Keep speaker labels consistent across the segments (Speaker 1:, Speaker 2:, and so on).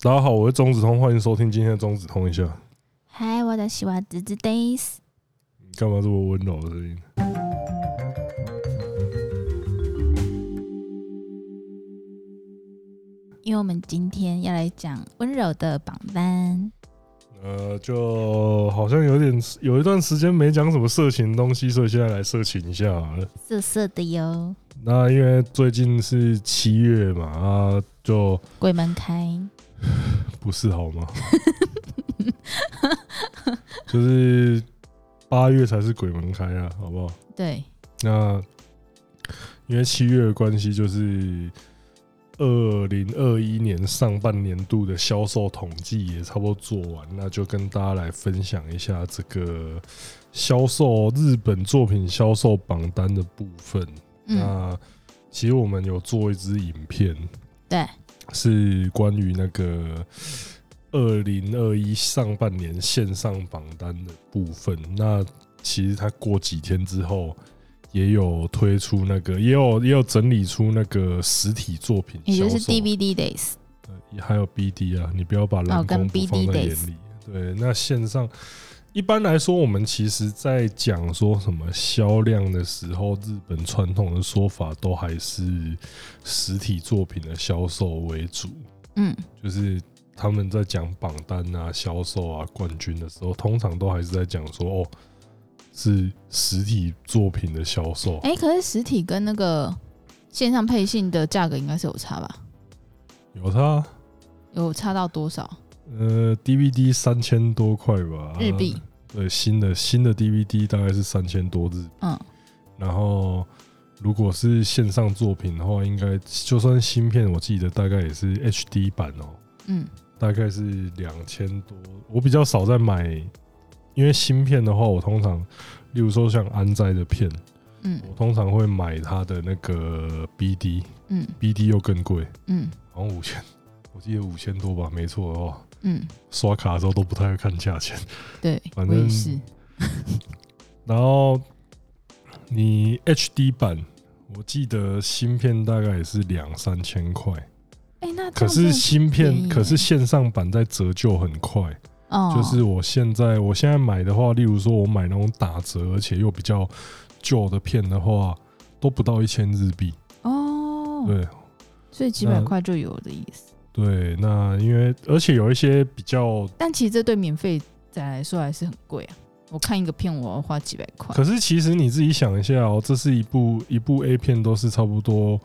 Speaker 1: 大家好，我是钟子通，欢迎收听今天的钟子通一下。
Speaker 2: 嗨，我的喜欢侄子 Days。
Speaker 1: 你干嘛这么温柔的声音？
Speaker 2: 因为我们今天要来讲温柔的榜单，
Speaker 1: 呃，就好像有点有一段时间没讲什么色情的东西，所以现在来色情一下好了。
Speaker 2: 色色的哟，
Speaker 1: 那因为最近是七月嘛，啊，就
Speaker 2: 鬼门开。
Speaker 1: 不是好吗？就是八月才是鬼门开啊，好不好？
Speaker 2: 对，
Speaker 1: 那因为七月的关系，就是二零二一年上半年度的销售统计也差不多做完，那就跟大家来分享一下这个销售日本作品销售榜单的部分。
Speaker 2: 嗯，
Speaker 1: 那其实我们有做一支影片，
Speaker 2: 对，
Speaker 1: 是关于那个二零二一上半年线上榜单的部分。那其实它过几天之后也有推出那个，也有也有整理出那个实体作品销售，
Speaker 2: 也就是 DVD Days。
Speaker 1: 呃还有 BD 啊，你不要把
Speaker 2: 哦
Speaker 1: 蓝
Speaker 2: 跟
Speaker 1: 光不放
Speaker 2: BD
Speaker 1: 在眼
Speaker 2: days
Speaker 1: 里。对，那线上一般来说，我们其实在讲说什么销量的时候，日本传统的说法都还是实体作品的销售为主。
Speaker 2: 嗯，
Speaker 1: 就是他们在讲榜单啊、销售啊、冠军的时候，通常都还是在讲说哦，是实体作品的销售。
Speaker 2: 哎、可是实体跟那个线上配信的价格应该是有差吧？
Speaker 1: 有它，
Speaker 2: 有差到多少？
Speaker 1: 呃，DVD 三千多块吧，
Speaker 2: 日币
Speaker 1: 啊。对，新的新的 DVD 大概是三千多日，
Speaker 2: 嗯，
Speaker 1: 然后。如果是线上作品的话，应该就算芯片，我记得大概也是 HD 版哦、
Speaker 2: 嗯，
Speaker 1: 大概是两千多。我比较少在买，因为芯片的话，我通常，例如说像安在的片，
Speaker 2: 嗯，
Speaker 1: 我通常会买它的那个 BD，BD
Speaker 2: 嗯，
Speaker 1: 又更贵，
Speaker 2: 嗯，
Speaker 1: 好像五千，我记得五千多吧，没错哦。
Speaker 2: 嗯，
Speaker 1: 刷卡的时候都不太会看价钱，
Speaker 2: 对，
Speaker 1: 反
Speaker 2: 我也
Speaker 1: 正
Speaker 2: 是。
Speaker 1: 然后你 HD 版，我记得芯片大概也是两三千块，
Speaker 2: 哎、那这
Speaker 1: 可
Speaker 2: 样
Speaker 1: 是
Speaker 2: 真的
Speaker 1: 芯
Speaker 2: 便宜
Speaker 1: 片，可
Speaker 2: 耶
Speaker 1: 是线上版在折旧很快，
Speaker 2: 哦，
Speaker 1: 就是我现在我现在买的话，例如说我买那种打折而且又比较旧的片的话，都不到一千日币。
Speaker 2: 哦，
Speaker 1: 对
Speaker 2: 所以几百
Speaker 1: 那
Speaker 2: 块就有的意思。
Speaker 1: 对，那因为而且有一些比较，
Speaker 2: 但其实这对免费仔来说还是很贵啊。我看一个片，我要花几百块。
Speaker 1: 可是其实你自己想一下哦，这是一部一部 A 片都是差不多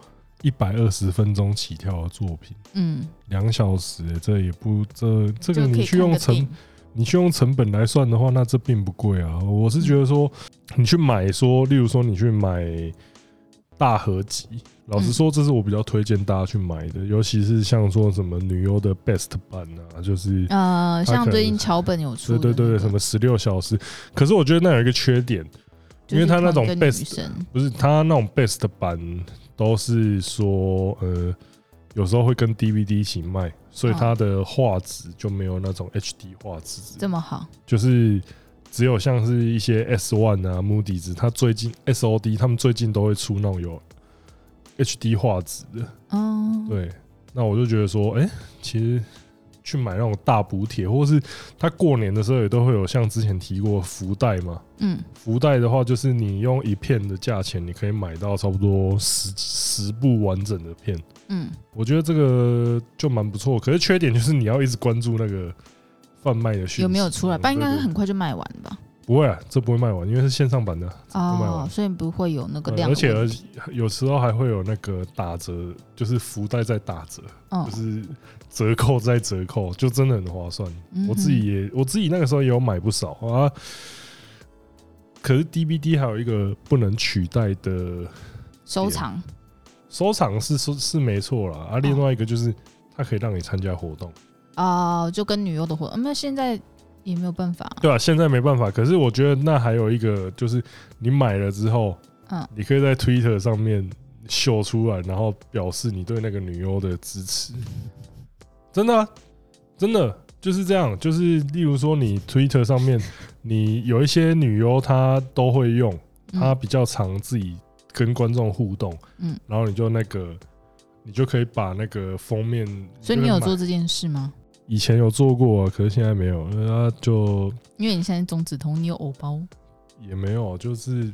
Speaker 1: 一百二十分钟起跳的作品，
Speaker 2: 嗯，两
Speaker 1: 两小时欸这也不这这
Speaker 2: 就
Speaker 1: 个
Speaker 2: 可
Speaker 1: 你
Speaker 2: 以
Speaker 1: 去
Speaker 2: 看
Speaker 1: 用
Speaker 2: 个电
Speaker 1: 成
Speaker 2: 影。
Speaker 1: 你去用成本来算的话，那这并不贵啊。我是觉得说，
Speaker 2: 嗯
Speaker 1: 你去买说，例如说你去买大合集，老
Speaker 2: 嗯
Speaker 1: 实说，这是我比较推荐大家去买的，尤其是像说什么女优的 Best 版啊，就是
Speaker 2: 呃，
Speaker 1: 它
Speaker 2: 像
Speaker 1: 可
Speaker 2: 最
Speaker 1: 能
Speaker 2: 近桥本有出
Speaker 1: 对
Speaker 2: 的那
Speaker 1: 对
Speaker 2: 个，
Speaker 1: 对，什么十六小时。可是我觉得那有一个缺点，
Speaker 2: 就
Speaker 1: 因
Speaker 2: 是
Speaker 1: 为它那种
Speaker 2: 同一个女
Speaker 1: best-
Speaker 2: 生
Speaker 1: 不是它那种 Best 版都是说呃。有时候会跟 DVD 一起卖，所以它的画质就没有那种 HD 画质
Speaker 2: 这么好，
Speaker 1: 就是只有像是一些 S One 啊、Moody's，它最近 SOD 他们最近都会出那种有 HD 画质的。
Speaker 2: 哦，，
Speaker 1: 对，那我就觉得说，哎、其实去买那种大补贴，或是它过年的时候也都会有像之前提过福袋嘛。
Speaker 2: 嗯
Speaker 1: 福袋的话，就是你用一片的价钱，你可以买到差不多十十部完整的片。
Speaker 2: 嗯，
Speaker 1: 我觉得这个就蛮不错，可是缺点就是你要一直关注那个贩卖的讯息
Speaker 2: 有没有出来？
Speaker 1: 嗯
Speaker 2: 不然应该
Speaker 1: 对
Speaker 2: 是
Speaker 1: 对
Speaker 2: 很快就卖完了吧？
Speaker 1: 不会啊，这不会卖完，因为是线上版的，不卖完
Speaker 2: 哦，所以不会有那个
Speaker 1: 嗯
Speaker 2: 量
Speaker 1: 而
Speaker 2: 的
Speaker 1: 且而
Speaker 2: 问题，
Speaker 1: 有时候还会有那个打折，就是福袋在打折，
Speaker 2: 哦
Speaker 1: 就，是折扣在折扣，就真的很划算。
Speaker 2: 嗯
Speaker 1: 我
Speaker 2: 哼
Speaker 1: 自己也我自己那个时候也有买不少啊。可是 DVD 还有一个不能取代的
Speaker 2: 收藏，
Speaker 1: 收藏是是是没错啦，啊，另外一个就是它可以让你参加活动，
Speaker 2: 哦，就跟女优的活动，那现在也没有办法，
Speaker 1: 对啊，现在没办法，可是我觉得那还有一个就是你买了之后，
Speaker 2: 嗯，
Speaker 1: 你可以在 Twitter 上面秀出来，然后表示你对那个女优的支持。 真的啊、真的就是这样。就是例如说，你 Twitter 上面，你有一些女优她都会用，
Speaker 2: 嗯
Speaker 1: 她比较常自己跟观众互动，
Speaker 2: 嗯，
Speaker 1: 然后你就那个，你就可以把那个封面，
Speaker 2: 所以你有
Speaker 1: 就可
Speaker 2: 做
Speaker 1: 以买？
Speaker 2: 这件事吗？
Speaker 1: 以前有做过、啊，可是现在没有，那就
Speaker 2: 因为你现在中指头，你有偶包，
Speaker 1: 也没有，就是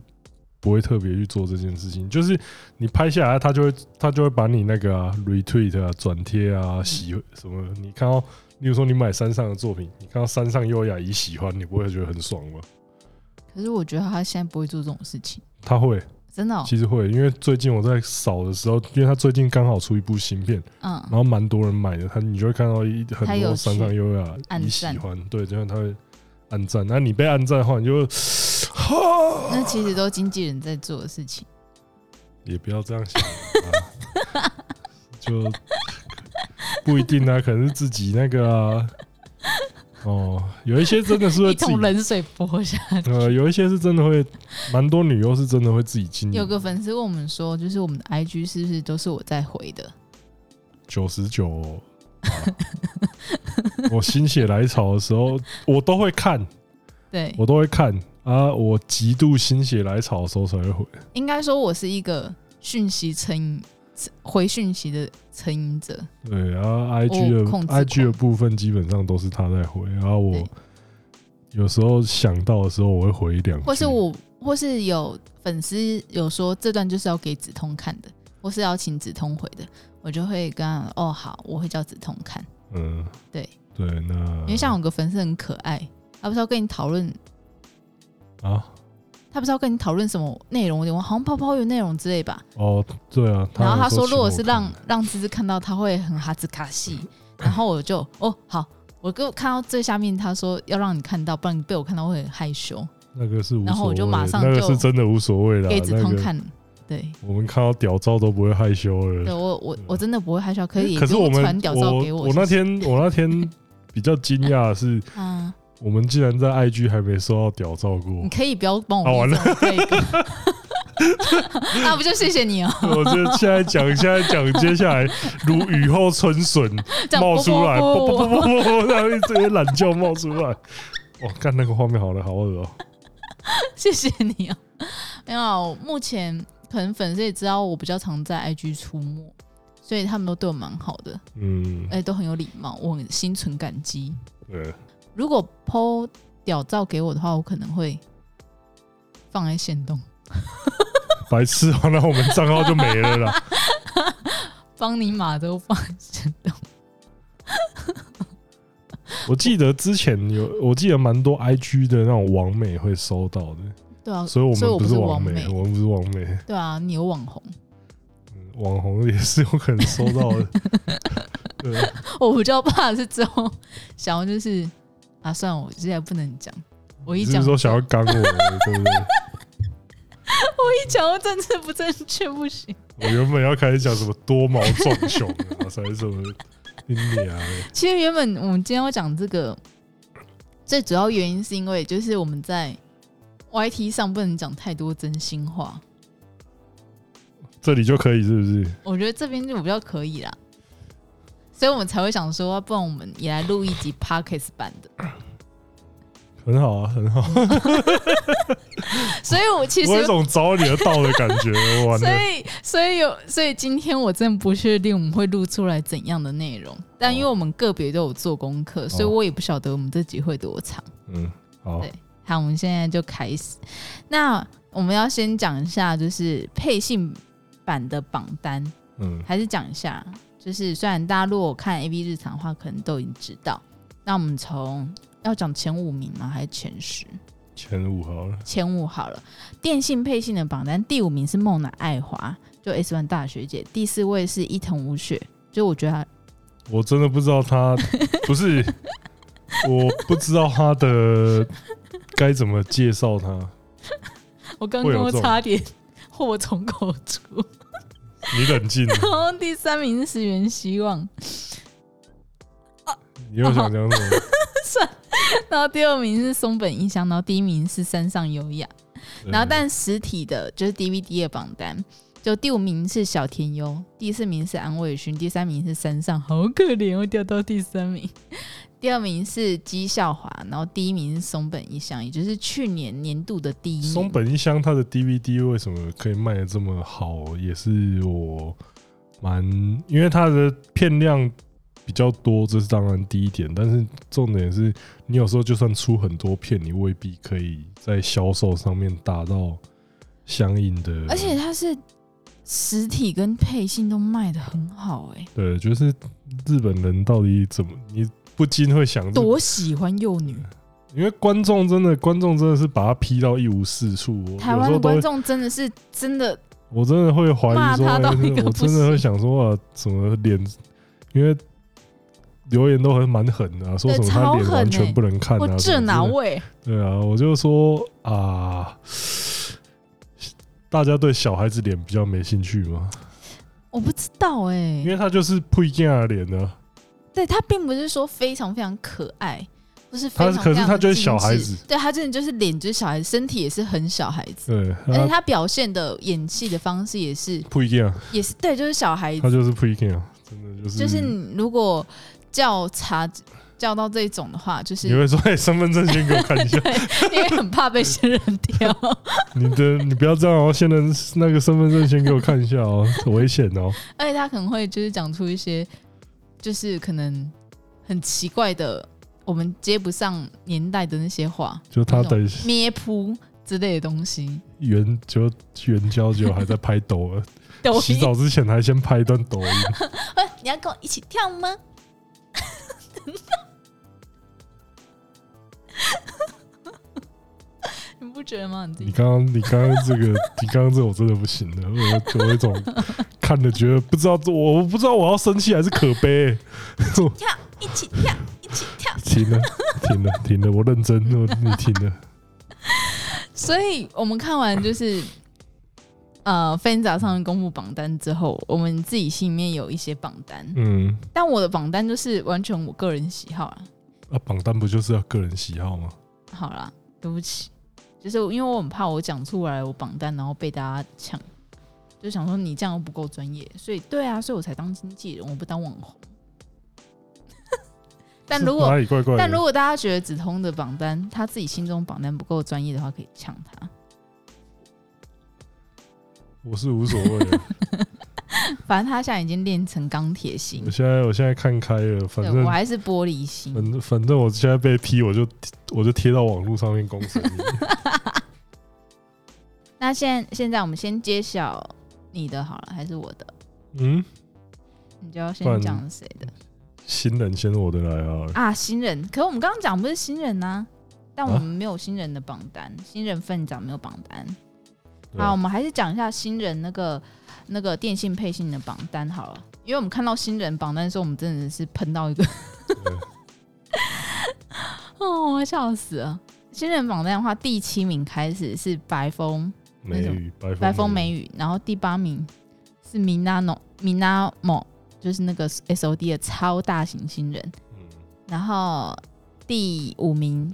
Speaker 1: 不会特别去做这件事情。就是你拍下来，他就会他就会把你那个、啊、retweet 啊、转贴
Speaker 2: 嗯
Speaker 1: 啊、喜什么，你看到，例如说你买山上的作品，你看到山上优雅一喜欢，你不会觉得很爽吗？
Speaker 2: 可是我觉得他现在不会做这种事情，
Speaker 1: 他会，
Speaker 2: 真的、哦。
Speaker 1: 其实会，因为最近我在扫的时候，因为他最近刚好出一部新片，然
Speaker 2: 嗯，
Speaker 1: 后蛮多人买的，他你就会看到一很
Speaker 2: 他有
Speaker 1: 多山上优雅
Speaker 2: 按
Speaker 1: 你喜
Speaker 2: 赞
Speaker 1: 欢，对，这样他会按赞。那你被按赞的话，你就哈，
Speaker 2: 那其实都经纪人在做的事情。
Speaker 1: 也不要这样想啊， 就不一定啊，可能是自己那个啊。哦，有一些真的是会
Speaker 2: 一
Speaker 1: 自己
Speaker 2: 桶，冷水泼下去。
Speaker 1: 呃，有一些是真的会，蛮多女优是真的会自己经营。
Speaker 2: 有个粉丝问我们说，就是我们的 IG 是不是都是我在回的？
Speaker 1: 九十九，啊 我心血来潮的时候，我都会看，
Speaker 2: 对，
Speaker 1: 我都会看啊。我极度心血来潮的时候才会回，
Speaker 2: 应该说我是一个讯息成瘾，回讯息的成瘾者。
Speaker 1: 对，然后 I G
Speaker 2: 我哦控
Speaker 1: 的
Speaker 2: 制
Speaker 1: I G 的
Speaker 2: 狂
Speaker 1: 部分基本上都是他在回，然后我
Speaker 2: 对
Speaker 1: 有时候想到的时候，我会回一两句，
Speaker 2: 或是我，或是有粉丝有说这段就是要给子通看的，或是要请子通回的，我就会跟他讲哦好，我会叫子通看，
Speaker 1: 嗯，
Speaker 2: 对
Speaker 1: 对，那
Speaker 2: 因为像有个粉丝很可爱，他不是要跟你讨论，
Speaker 1: 啊
Speaker 2: 他不是要跟你讨论什么内容，我有点忘，好像泡泡有内容之类吧。
Speaker 1: 哦，对啊，
Speaker 2: 然后他
Speaker 1: 说
Speaker 2: 说，
Speaker 1: 请
Speaker 2: 如
Speaker 1: 我
Speaker 2: 果是
Speaker 1: 看
Speaker 2: 让让芝芝看到，他会很哈兹卡 西。然后我就哦好，我跟看到最下面，他说要让你看到，不然你被我看到会很害羞。
Speaker 1: 那个是无所谓，
Speaker 2: 然后我就马上
Speaker 1: 那个
Speaker 2: 就是
Speaker 1: 真的无所谓啦，
Speaker 2: 给子
Speaker 1: 啊那
Speaker 2: 通
Speaker 1: 个
Speaker 2: 看，对，
Speaker 1: 我们看到屌照都不会害羞了，
Speaker 2: 对我我我真的不会害羞，可以
Speaker 1: 啊可是
Speaker 2: 如
Speaker 1: 我
Speaker 2: 果
Speaker 1: 们
Speaker 2: 传屌照给
Speaker 1: 我
Speaker 2: 我
Speaker 1: 那
Speaker 2: 谢谢
Speaker 1: 天我那 天比较惊讶的是，
Speaker 2: 啊，
Speaker 1: 我们竟然在 IG 还没收到屌照
Speaker 2: 你
Speaker 1: 过，
Speaker 2: 可以不要帮我
Speaker 1: 啊完
Speaker 2: 逼走 这个，那不就谢谢你哦，
Speaker 1: 我这现在讲现在讲，接下来如雨后春笋
Speaker 2: 这样
Speaker 1: 冒出来，
Speaker 2: 啵
Speaker 1: 啵啵
Speaker 2: 啵啵
Speaker 1: 啵啵啵， 然后一直懒觉冒出来，哇，看那个画面好了，好恶哦，
Speaker 2: 谢谢你哦。没有，目前可能粉丝也知道我比较常在 IG 出没，所以他们都对我蛮好的，
Speaker 1: 嗯，
Speaker 2: 而且都很有礼貌，我很心存感激。
Speaker 1: 对，
Speaker 2: 如果 PO 屌照给我的话，我可能会放在线动，
Speaker 1: 白痴哦，那我们账号就没了啦。
Speaker 2: 帮你码都放在线动。
Speaker 1: 我记得之前有，我记得蛮多 IG 的那种网美会收到的，
Speaker 2: 对啊，
Speaker 1: 所以我
Speaker 2: 所以我
Speaker 1: 们不
Speaker 2: 不
Speaker 1: 是
Speaker 2: 是
Speaker 1: 网
Speaker 2: 网
Speaker 1: 美，
Speaker 2: 美
Speaker 1: 我们不是网美，
Speaker 2: 对啊，你有网红，
Speaker 1: 嗯网红也是有可能收到 的。对，
Speaker 2: 我比较怕的是之后想要就是啊，算了，我现在不能讲，我一
Speaker 1: 你是不
Speaker 2: 讲
Speaker 1: 是说想要干我，对不对？
Speaker 2: 一讲到政治不正确不行。
Speaker 1: 我原本要开始讲什么多毛壮熊啊， 才什么你啊，
Speaker 2: 其实原本我们今天要讲这个，最主要原因是因为就是我们在 YT 上不能讲太多真心话，
Speaker 1: 这里就可以是不是？
Speaker 2: 我觉得这边就比较可以啦。所以我们才会想说，不然我们也来录一集 Parkes 版的。
Speaker 1: 很好啊，很好，
Speaker 2: 所以我其实
Speaker 1: 我有一种找你的道的感觉， 完
Speaker 2: 所
Speaker 1: 了。
Speaker 2: 以，所以有，所以今天我真的不确定我们会录出来怎样的内容，但因为我们个别都有做功课，所以我也不晓得我们这集会多长。
Speaker 1: 嗯，好
Speaker 2: 对，好，我们现在就开始。那我们要先讲一下，就是配信版的榜单，
Speaker 1: 嗯，
Speaker 2: 还是讲一下？就是虽然大家如果看 A V 日常的话，可能都已经知道。那我们从要讲前五名吗？还是前十？
Speaker 1: 前五好了，
Speaker 2: 前五好了。电信配信的榜单第五名是梦乃爱华，就 S One 大学姐；第四位是伊藤舞雪，就我觉得她
Speaker 1: 我真的不知道他不是， 我不知道他的该怎么介绍他。
Speaker 2: 我刚
Speaker 1: 会有
Speaker 2: 刚
Speaker 1: 这种
Speaker 2: 差点祸从口出。
Speaker 1: 你冷静，
Speaker 2: 然后第三名是石原希望，
Speaker 1: 你又想讲什么？
Speaker 2: 然后第二名是松本一香，然后第一名是山上优雅。 然后但实体的就是 DVD 的榜单，就第五名是小田优，第四名是安慰勋，第三名是山上，好可怜哦，掉到第三名。 第二名是姬孝华，然后第一名是松本一香，也就是去年年度的第一名。
Speaker 1: 松本一香他的 DVD 为什么可以卖的这么好，也是我蛮因为他的片量比较多，这是当然第一点。但是重点是你有时候就算出很多片，你未必可以在销售上面达到相应的。
Speaker 2: 而且它是实体跟配信都卖的很好、欸，哎，
Speaker 1: 对，就是日本人到底怎么，你不禁会想，
Speaker 2: 多喜欢幼女。
Speaker 1: 因为观众真的，观众真的是把他批到一无是处。我
Speaker 2: 台
Speaker 1: 有
Speaker 2: 湾
Speaker 1: 时
Speaker 2: 的
Speaker 1: 候都会
Speaker 2: 观众真的是真的
Speaker 1: 我真的会怀疑
Speaker 2: 骂
Speaker 1: 说，
Speaker 2: 他到
Speaker 1: 哎
Speaker 2: 一个
Speaker 1: 我
Speaker 2: 不
Speaker 1: 真的会
Speaker 2: 行
Speaker 1: 想说啊，怎么脸，因为留言都很蛮狠的、啊，说
Speaker 2: 对
Speaker 1: 什么
Speaker 2: 超
Speaker 1: 他脸
Speaker 2: 狠
Speaker 1: 完全
Speaker 2: 欸
Speaker 1: 不能看
Speaker 2: 我
Speaker 1: 啊，什
Speaker 2: 这
Speaker 1: 么之
Speaker 2: 哪
Speaker 1: 类的
Speaker 2: 位？
Speaker 1: 对啊，我就说啊，大家对小孩子脸比较没兴趣嘛，
Speaker 2: 我不知道哎、
Speaker 1: 因为他就是不一样的脸啊呢，
Speaker 2: 对他并不是说非常非常可爱，不是非
Speaker 1: 他
Speaker 2: 常
Speaker 1: 是可
Speaker 2: 非
Speaker 1: 是
Speaker 2: 常
Speaker 1: 他就是
Speaker 2: 精
Speaker 1: 小孩
Speaker 2: 致
Speaker 1: 子，
Speaker 2: 对他真的就是脸就是小孩子，身体也是很小孩子，
Speaker 1: 对，
Speaker 2: 而且
Speaker 1: 他
Speaker 2: 哎他表现的演戏的方式也是
Speaker 1: 不一样，
Speaker 2: 也是对，就是小孩
Speaker 1: 他
Speaker 2: 子，
Speaker 1: 就是嗯不一样，真的就是
Speaker 2: 就是你如果叫查叫到这种的话，就是
Speaker 1: 你 会说，哎，身份证先给我看一下，
Speaker 2: 因为很怕被仙人跳，
Speaker 1: 你的你不要这样哦，先人那个身份证先给我看一下哦，危险哦。
Speaker 2: 而且他可能会就是讲出一些就是可能很奇怪的，我们接不上年代的那些话，
Speaker 1: 就他等
Speaker 2: 咩噗之类的东西，
Speaker 1: 援就援交就还在拍抖了，
Speaker 2: 抖
Speaker 1: 洗
Speaker 2: 音
Speaker 1: 澡之前还先拍一段抖 音，
Speaker 2: 呃，你要跟我一起跳 吗？你不觉得吗？你自
Speaker 1: 你
Speaker 2: 己
Speaker 1: 刚刚你刚刚这个你刚刚这我真的不行了，我我有一种看了觉得不知道我我不知道我要生气还是可悲、
Speaker 2: 跳，一起跳，一起跳。
Speaker 1: 停了停了停了，我认真我你停了，
Speaker 2: 所以我们看完就是呃 f a n 上面公布榜单之后，我们自己心里面有一些榜单，
Speaker 1: 嗯
Speaker 2: 但我的榜单就是完全我个人喜好啊。
Speaker 1: 啊榜单不就是要个人喜好吗？
Speaker 2: 好啦，对不起，就是因为我很怕我讲出来我榜单，然后被大家抢，就想说你这样又不够专业，所以对啊，所以我才当经纪人，我不当网红。 但如
Speaker 1: 是
Speaker 2: 果
Speaker 1: 哪里怪怪的，
Speaker 2: 但如果大家觉得梓潼的榜单他自己心中榜单不够专业的话，可以抢他，
Speaker 1: 我是无所谓的，
Speaker 2: 反正他现在已经练成钢铁心
Speaker 1: 我，现在我现在看开了，反
Speaker 2: 对
Speaker 1: 正
Speaker 2: 我还是玻璃心。
Speaker 1: 反正反正我现在被批，我就我就贴到网络上面公审你。
Speaker 2: 那现现在我们先揭晓你的好了，还是我的？
Speaker 1: 嗯，
Speaker 2: 你就要
Speaker 1: 不然
Speaker 2: 先讲谁的？
Speaker 1: 新人先我的来啊，
Speaker 2: 啊，新人。可我们刚刚讲不是新人呐、但
Speaker 1: 啊
Speaker 2: 我们没有新人的榜单，新人份长没有榜单。
Speaker 1: 对
Speaker 2: 好，
Speaker 1: 啊
Speaker 2: 我们还是讲一下新人那个那个电信配信的榜单好了，因为我们看到新人榜单的时候，我们真的是喷到一个
Speaker 1: 对
Speaker 2: 哦，我笑死了。新人榜单的话，第七名开始是白风
Speaker 1: 梅雨白
Speaker 2: 白风
Speaker 1: 梅
Speaker 2: 美
Speaker 1: 雨，
Speaker 2: 语，然后第八名是 Minano Minamo，就是那个 SOD 的超大型新人。
Speaker 1: 嗯，
Speaker 2: 然后第五名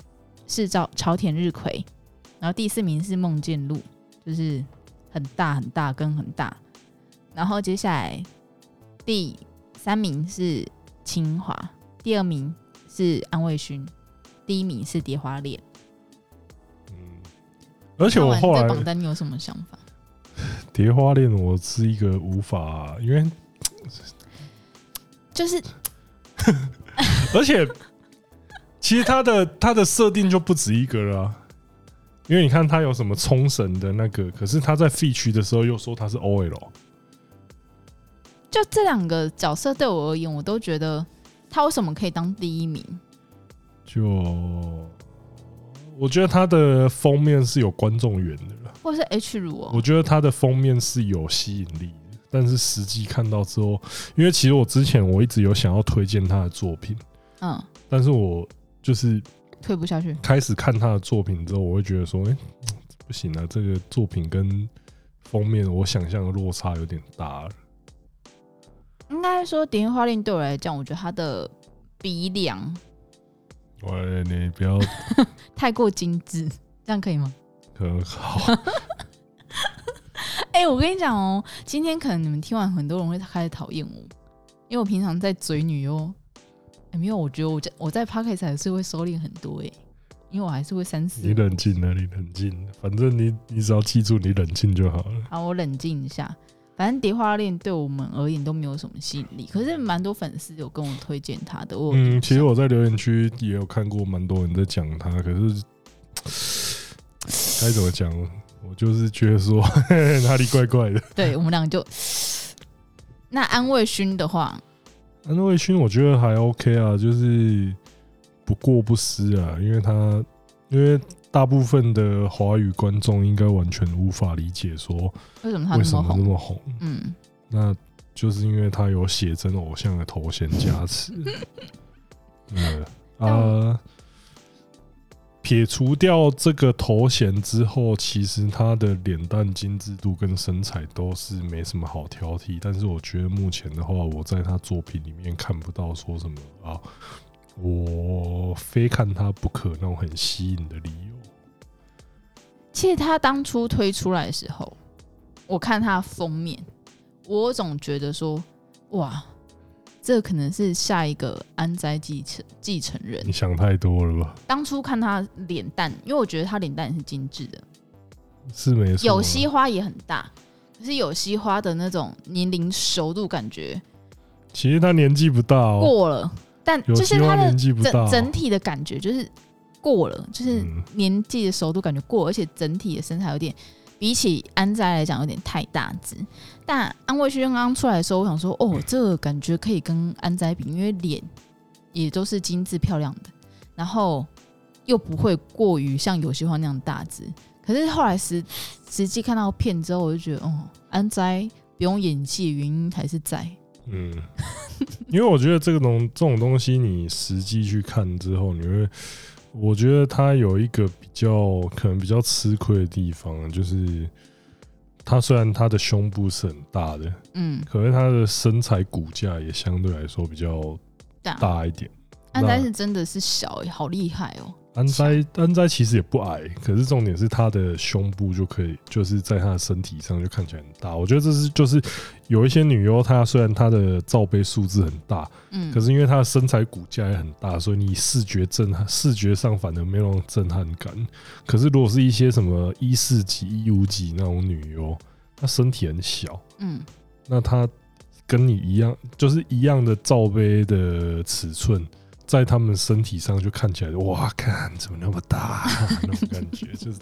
Speaker 2: 是朝朝田日葵，然后第四名是梦见鹿，就是很大很大跟很大。然后接下来第三名是清华，第二名是安慰勋，第一名是蝶花恋。
Speaker 1: 嗯，而且我
Speaker 2: 看
Speaker 1: 后
Speaker 2: 完
Speaker 1: 来
Speaker 2: 这榜单你有什么想法？
Speaker 1: 蝶花恋，我是一个无法、因为
Speaker 2: 就是
Speaker 1: 而且其实它的它的设定就不止一个了啊、因为你看它有什么冲绳的那个，可是它在 feature 的时候又说它是 OL，
Speaker 2: 就这两个角色对我而言，我都觉得他为什么可以当第一名？
Speaker 1: 就我觉得它的封面是有观众缘的啦，
Speaker 2: 或是 H 乳哦
Speaker 1: 我，觉得它的封面是有吸引力的，但是实际看到之后，因为其实我之前我一直有想要推荐他的作品，
Speaker 2: 嗯，
Speaker 1: 但是我就是
Speaker 2: 退不下去。
Speaker 1: 开始看他的作品之后，我会觉得说，哎、嗯不行啊，这个作品跟封面我想象的落差有点大了。
Speaker 2: 应该说《蝶花令》对我来讲，我觉得它的鼻梁
Speaker 1: 喂，你不要
Speaker 2: 太过精致， 这样可以吗？
Speaker 1: 可好，
Speaker 2: 哎、我跟你讲哦，今天可能你们听完，很多人会开始讨厌我，因为我平常在嘴女优、欸，没有，我觉得我在我在 p o c k e t 还是会收敛很多哎、因为我还是会三思
Speaker 1: 你。冷静啊，你冷静，反正你你只要记住你冷静就好了。
Speaker 2: 好，我冷静一下。反正《蝶花恋》对我们而言都没有什么吸引力，可是蛮多粉丝有跟我推荐他的。我有
Speaker 1: 嗯，其实
Speaker 2: 印象
Speaker 1: 我在留言区也有看过蛮多人在讲他，可是该怎么讲？我就是觉得说 哪里怪怪的。
Speaker 2: 对我们两个就，那安慰勋的话，
Speaker 1: 安卫勋我觉得还 OK 啊，就是不过不失啊，因为他因为大部分的华语观众应该完全无法理解说
Speaker 2: 为什么他
Speaker 1: 为
Speaker 2: 那
Speaker 1: 什
Speaker 2: 么
Speaker 1: 么那
Speaker 2: 红？
Speaker 1: 么红，
Speaker 2: 嗯，
Speaker 1: 那就是因为他有写真偶像的头衔加 持。嗯
Speaker 2: 但
Speaker 1: 啊，撇除掉这个头衔之后，其实他的脸蛋精致度跟身材都是没什么好挑剔。但是我觉得目前的话，我在他作品里面看不到说什么啊，我非看他不可那种很吸引的理由。
Speaker 2: 其实他当初推出来的时候，我看他的封面，我总觉得说，哇，这可能是下一个安斋继承继承人
Speaker 1: 你。想太多了吧？
Speaker 2: 当初看他脸蛋，因为我觉得他脸蛋也是精致的，
Speaker 1: 是没错啊，
Speaker 2: 有西花也很大，可是有西花的那种年龄熟度感觉
Speaker 1: 其实他年纪不大哦，
Speaker 2: 过了，但
Speaker 1: 有
Speaker 2: 就是
Speaker 1: 希
Speaker 2: 他
Speaker 1: 望
Speaker 2: 的
Speaker 1: 年纪不大、
Speaker 2: 整
Speaker 1: 哦，
Speaker 2: 整体的感觉就是过了，就是
Speaker 1: 嗯
Speaker 2: 年纪的熟度感觉过了，而且整体的身材有点比起安斋来讲有点太大只。但安慰轩刚刚出来的时候，我想说，哦，这个感觉可以跟安斋比，因为脸也都是精致漂亮的，然后又不会过于像有些话那样大只。可是后来实实际看到片之后，我就觉得，哦，安斋不用演技的原因还是在，
Speaker 1: 嗯，因为我觉得这个东这种东西，你实际去看之后，你会，我觉得它有一个比较可能比较吃亏的地方，就是它虽然它的胸部是很大的，
Speaker 2: 嗯，
Speaker 1: 可是它的身材骨架也相对来说比较
Speaker 2: 大
Speaker 1: 大一点。
Speaker 2: 安斋
Speaker 1: 那
Speaker 2: 是真的是小、欸，好厉害哦、
Speaker 1: 安斋安斋其实也不矮，可是重点是他的胸部就可以，就是在他的身体上就看起来很大。我觉得这是就是有一些女优，她虽然她的罩杯数字很大，
Speaker 2: 嗯，
Speaker 1: 可是因为他的身材骨架也很大，所以你视觉震撼，视觉上反而没有那种震撼感。可是如果是一些什么一四级、一五级那种女优，她身体很小，
Speaker 2: 嗯
Speaker 1: 那她跟你一样，就是一样的罩杯的尺寸，在她们身体上就看起来，哇，看怎么那么大、那种感觉，就是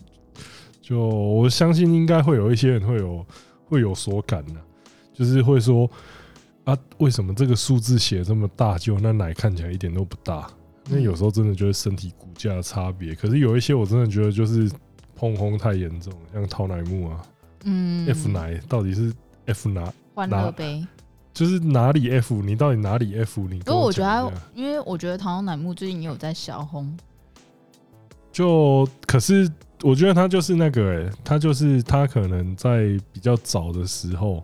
Speaker 1: 就我相信应该会有一些人会有会有所感呢、就是会说啊，为什么这个数字写这么大，就那奶看起来一点都不大？那有时候真的就是身体骨架的差别。可是有一些我真的觉得就是碰轰太严重，像桃乃木啊、
Speaker 2: 嗯
Speaker 1: f 奶到底是 F 哪？
Speaker 2: 欢
Speaker 1: 拿
Speaker 2: 乐杯。
Speaker 1: 就是哪里 F？你到底哪里 F？你
Speaker 2: 不
Speaker 1: 跟
Speaker 2: 过我觉
Speaker 1: 讲
Speaker 2: 得
Speaker 1: 一
Speaker 2: 他
Speaker 1: 下，
Speaker 2: 因为我觉得唐乃木最近也有在小红，
Speaker 1: 就可是我觉得他就是那个、欸，他就是他可能在比较早的时候，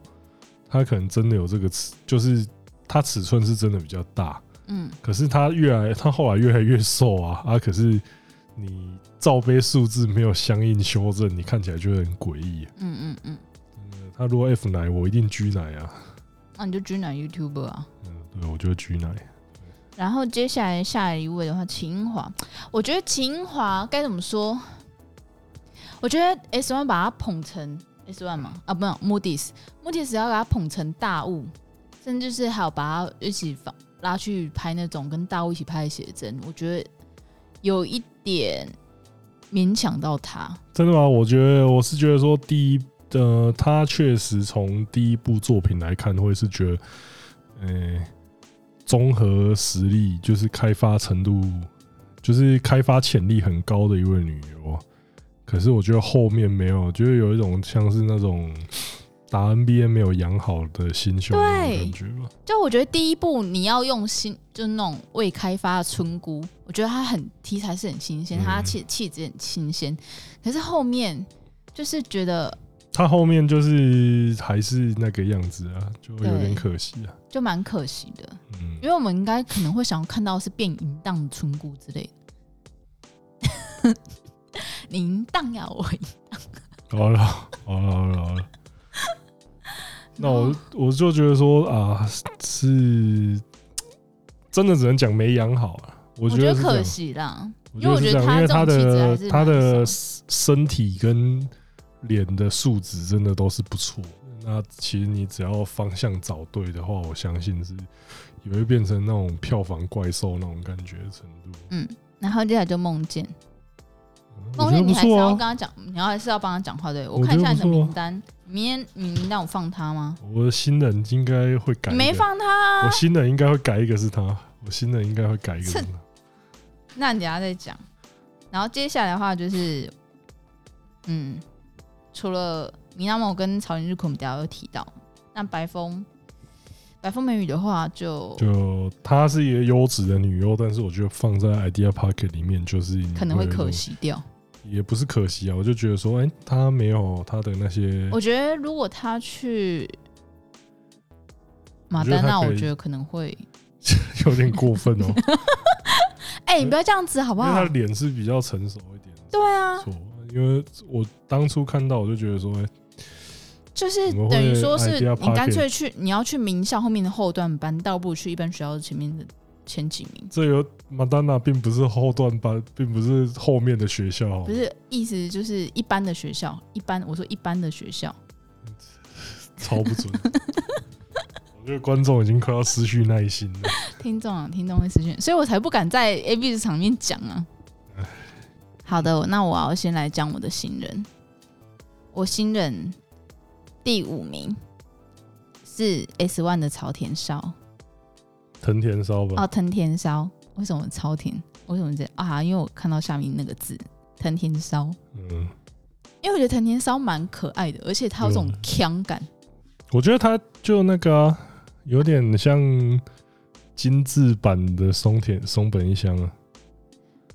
Speaker 1: 他可能真的有这个尺，就是他尺寸是真的比较大，
Speaker 2: 嗯，
Speaker 1: 可是他越来，他后来越来越瘦啊啊！可是你罩杯数字没有相应修正，你看起来就会很诡异。
Speaker 2: 嗯嗯嗯，
Speaker 1: 嗯他如果 F 奶，我一定 G 奶啊。
Speaker 2: 那你就居男 YouTuber 啊。
Speaker 1: 嗯，对，我就会 G 奶。
Speaker 2: 然后接下来下一位的话，秦英华，我觉得秦英华该怎么说？我觉得 S One 把他捧成 S One 嘛，啊，不是 Moody's，Moody's 要把他捧成大物，甚至是还有把他一起放拉去拍那种跟大物一起拍的写真，我觉得有一点勉强到他。
Speaker 1: 真的吗？我觉得我是觉得说第一，呃，他确实从第一部作品来看，会是觉得，呃、综合实力就是开发程度，就是开发潜力很高的一位女优啊。可是我觉得后面没有，就是有一种像是那种打 NBA 没有养好的新秀那种
Speaker 2: 对
Speaker 1: 感觉吧。
Speaker 2: 就我觉得第一步你要用新，就是那种未开发的村姑，我觉得它很题材是很新鲜，
Speaker 1: 嗯
Speaker 2: 它气气质很新鲜。可是后面就是觉得
Speaker 1: 她后面就是还是那个样子啊，就有
Speaker 2: 对
Speaker 1: 点可惜啊。
Speaker 2: 就蛮可惜的，
Speaker 1: 嗯
Speaker 2: 因，为我们应该可能会想要看到是变淫荡村姑之类的。 你淫荡呀，我淫
Speaker 1: 好了，好了，好了，好 了。那我我就觉得说啊，是真的只能讲没养好啊。我
Speaker 2: 我
Speaker 1: 觉得是这
Speaker 2: 可
Speaker 1: 样，
Speaker 2: 惜啦，
Speaker 1: 我
Speaker 2: 因为我
Speaker 1: 是
Speaker 2: 觉
Speaker 1: 这
Speaker 2: 得
Speaker 1: 样，因为
Speaker 2: 他
Speaker 1: 他
Speaker 2: 这种气质还
Speaker 1: 的
Speaker 2: 是
Speaker 1: 他
Speaker 2: 蛮
Speaker 1: 的
Speaker 2: 少
Speaker 1: 身体跟脸的素质真的都是不错。那其实你只要方向找对的话，我相信是也会变成那种票房怪兽那种感觉的程度。
Speaker 2: 嗯，然后接下来就梦见，
Speaker 1: 我
Speaker 2: 梦
Speaker 1: 觉得不
Speaker 2: 见你还是
Speaker 1: 错
Speaker 2: 要跟
Speaker 1: 啊！
Speaker 2: 他讲，你要还是要帮他讲话对？
Speaker 1: 我
Speaker 2: 看一
Speaker 1: 觉得
Speaker 2: 下你的
Speaker 1: 不错啊
Speaker 2: 名单，明天你名单我放他吗？
Speaker 1: 我的新人应该会改，
Speaker 2: 你没，放他、
Speaker 1: 我
Speaker 2: 啊，
Speaker 1: 新人应该会改一个是他，我新人应该会改一个是他。
Speaker 2: 那你等一下再讲。然后接下来的话就是，嗯，除了米娜某跟朝鲜日恐，等一下有提到，那白风白风美女的话就
Speaker 1: 就她是一个优质的女优，但是我觉得放在 idea pocket 里面就是你
Speaker 2: 可能会
Speaker 1: 有一种
Speaker 2: 可，惜掉。
Speaker 1: 也不是可惜啊，我就觉得说，哎、她没有她的那些，
Speaker 2: 我觉得如果他去马
Speaker 1: 我觉得
Speaker 2: 丹
Speaker 1: 他
Speaker 2: 娜，
Speaker 1: 可以
Speaker 2: 我觉得可能会。
Speaker 1: 有点过分 哦、
Speaker 2: 哎、你不要这样子好不
Speaker 1: 因为她
Speaker 2: 好？
Speaker 1: 脸是比较成熟一点，
Speaker 2: 对啊，
Speaker 1: 错，因为我当初看到我就觉得说，哎、
Speaker 2: 就是
Speaker 1: 怎么会哎
Speaker 2: 等于说
Speaker 1: idea
Speaker 2: 是
Speaker 1: pocket？
Speaker 2: 你干脆去，你要去名校后面的后段班，倒不如去一般学校前面的前几名。
Speaker 1: 这个马丹娜并不是后段班，并不是后面的学校，哦
Speaker 2: 不是，意思就是一般的学校，一般我说一般的学校，
Speaker 1: 超不准。我觉得观众已经快要失去耐心了。
Speaker 2: 听众啊，听众会私讯，所以我才不敢在 A B 市场面讲啊。好的，那我要先来讲我的新人，我新人第五名是 S One 的朝天烧
Speaker 1: 藤田烧吧，
Speaker 2: 哦，藤田烧，为什么朝天？为什么这啊？因为我看到下面那个字藤田烧，
Speaker 1: 嗯，
Speaker 2: 因为我觉得藤田烧蛮可爱的，而且它有种
Speaker 1: 嗯
Speaker 2: 腔感，
Speaker 1: 我觉得他就那个啊、有点像精致版的松田松本一香啊，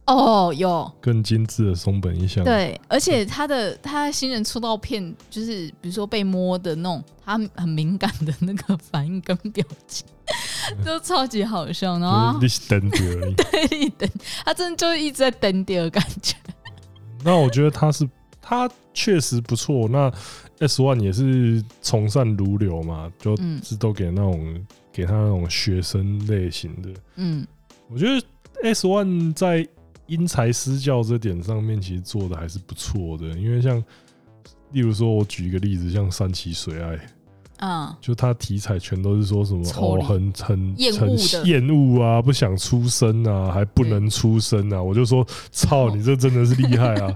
Speaker 2: 哦，有。
Speaker 1: 更精致的松本一香。，
Speaker 2: 对，而且他的他的新人出道片，就是比如说被摸的那种，他很敏感的那个反应跟表情， 都超级好笑。然后
Speaker 1: 啊就是你是等着而已。
Speaker 2: 他一等，他真的就一直在等第二感觉。
Speaker 1: 那我觉得他是他确实不错。那 S One 也是从善如流嘛，就
Speaker 2: 嗯
Speaker 1: 是都给那种给他那种学生类型的。
Speaker 2: 嗯，
Speaker 1: 我觉得 S One 在因材施教这点上面，其实做的还是不错的。因为像，例如说，我举一个例子，像三崎水爱，
Speaker 2: 啊、
Speaker 1: 就他题材全都是说什么
Speaker 2: 抽
Speaker 1: 哦，
Speaker 2: 离
Speaker 1: 很很
Speaker 2: 厌恶的
Speaker 1: 很厌恶啊，不想出声啊，还不能出声啊。我就说，操，
Speaker 2: 哦
Speaker 1: 你这真的是厉害 啊！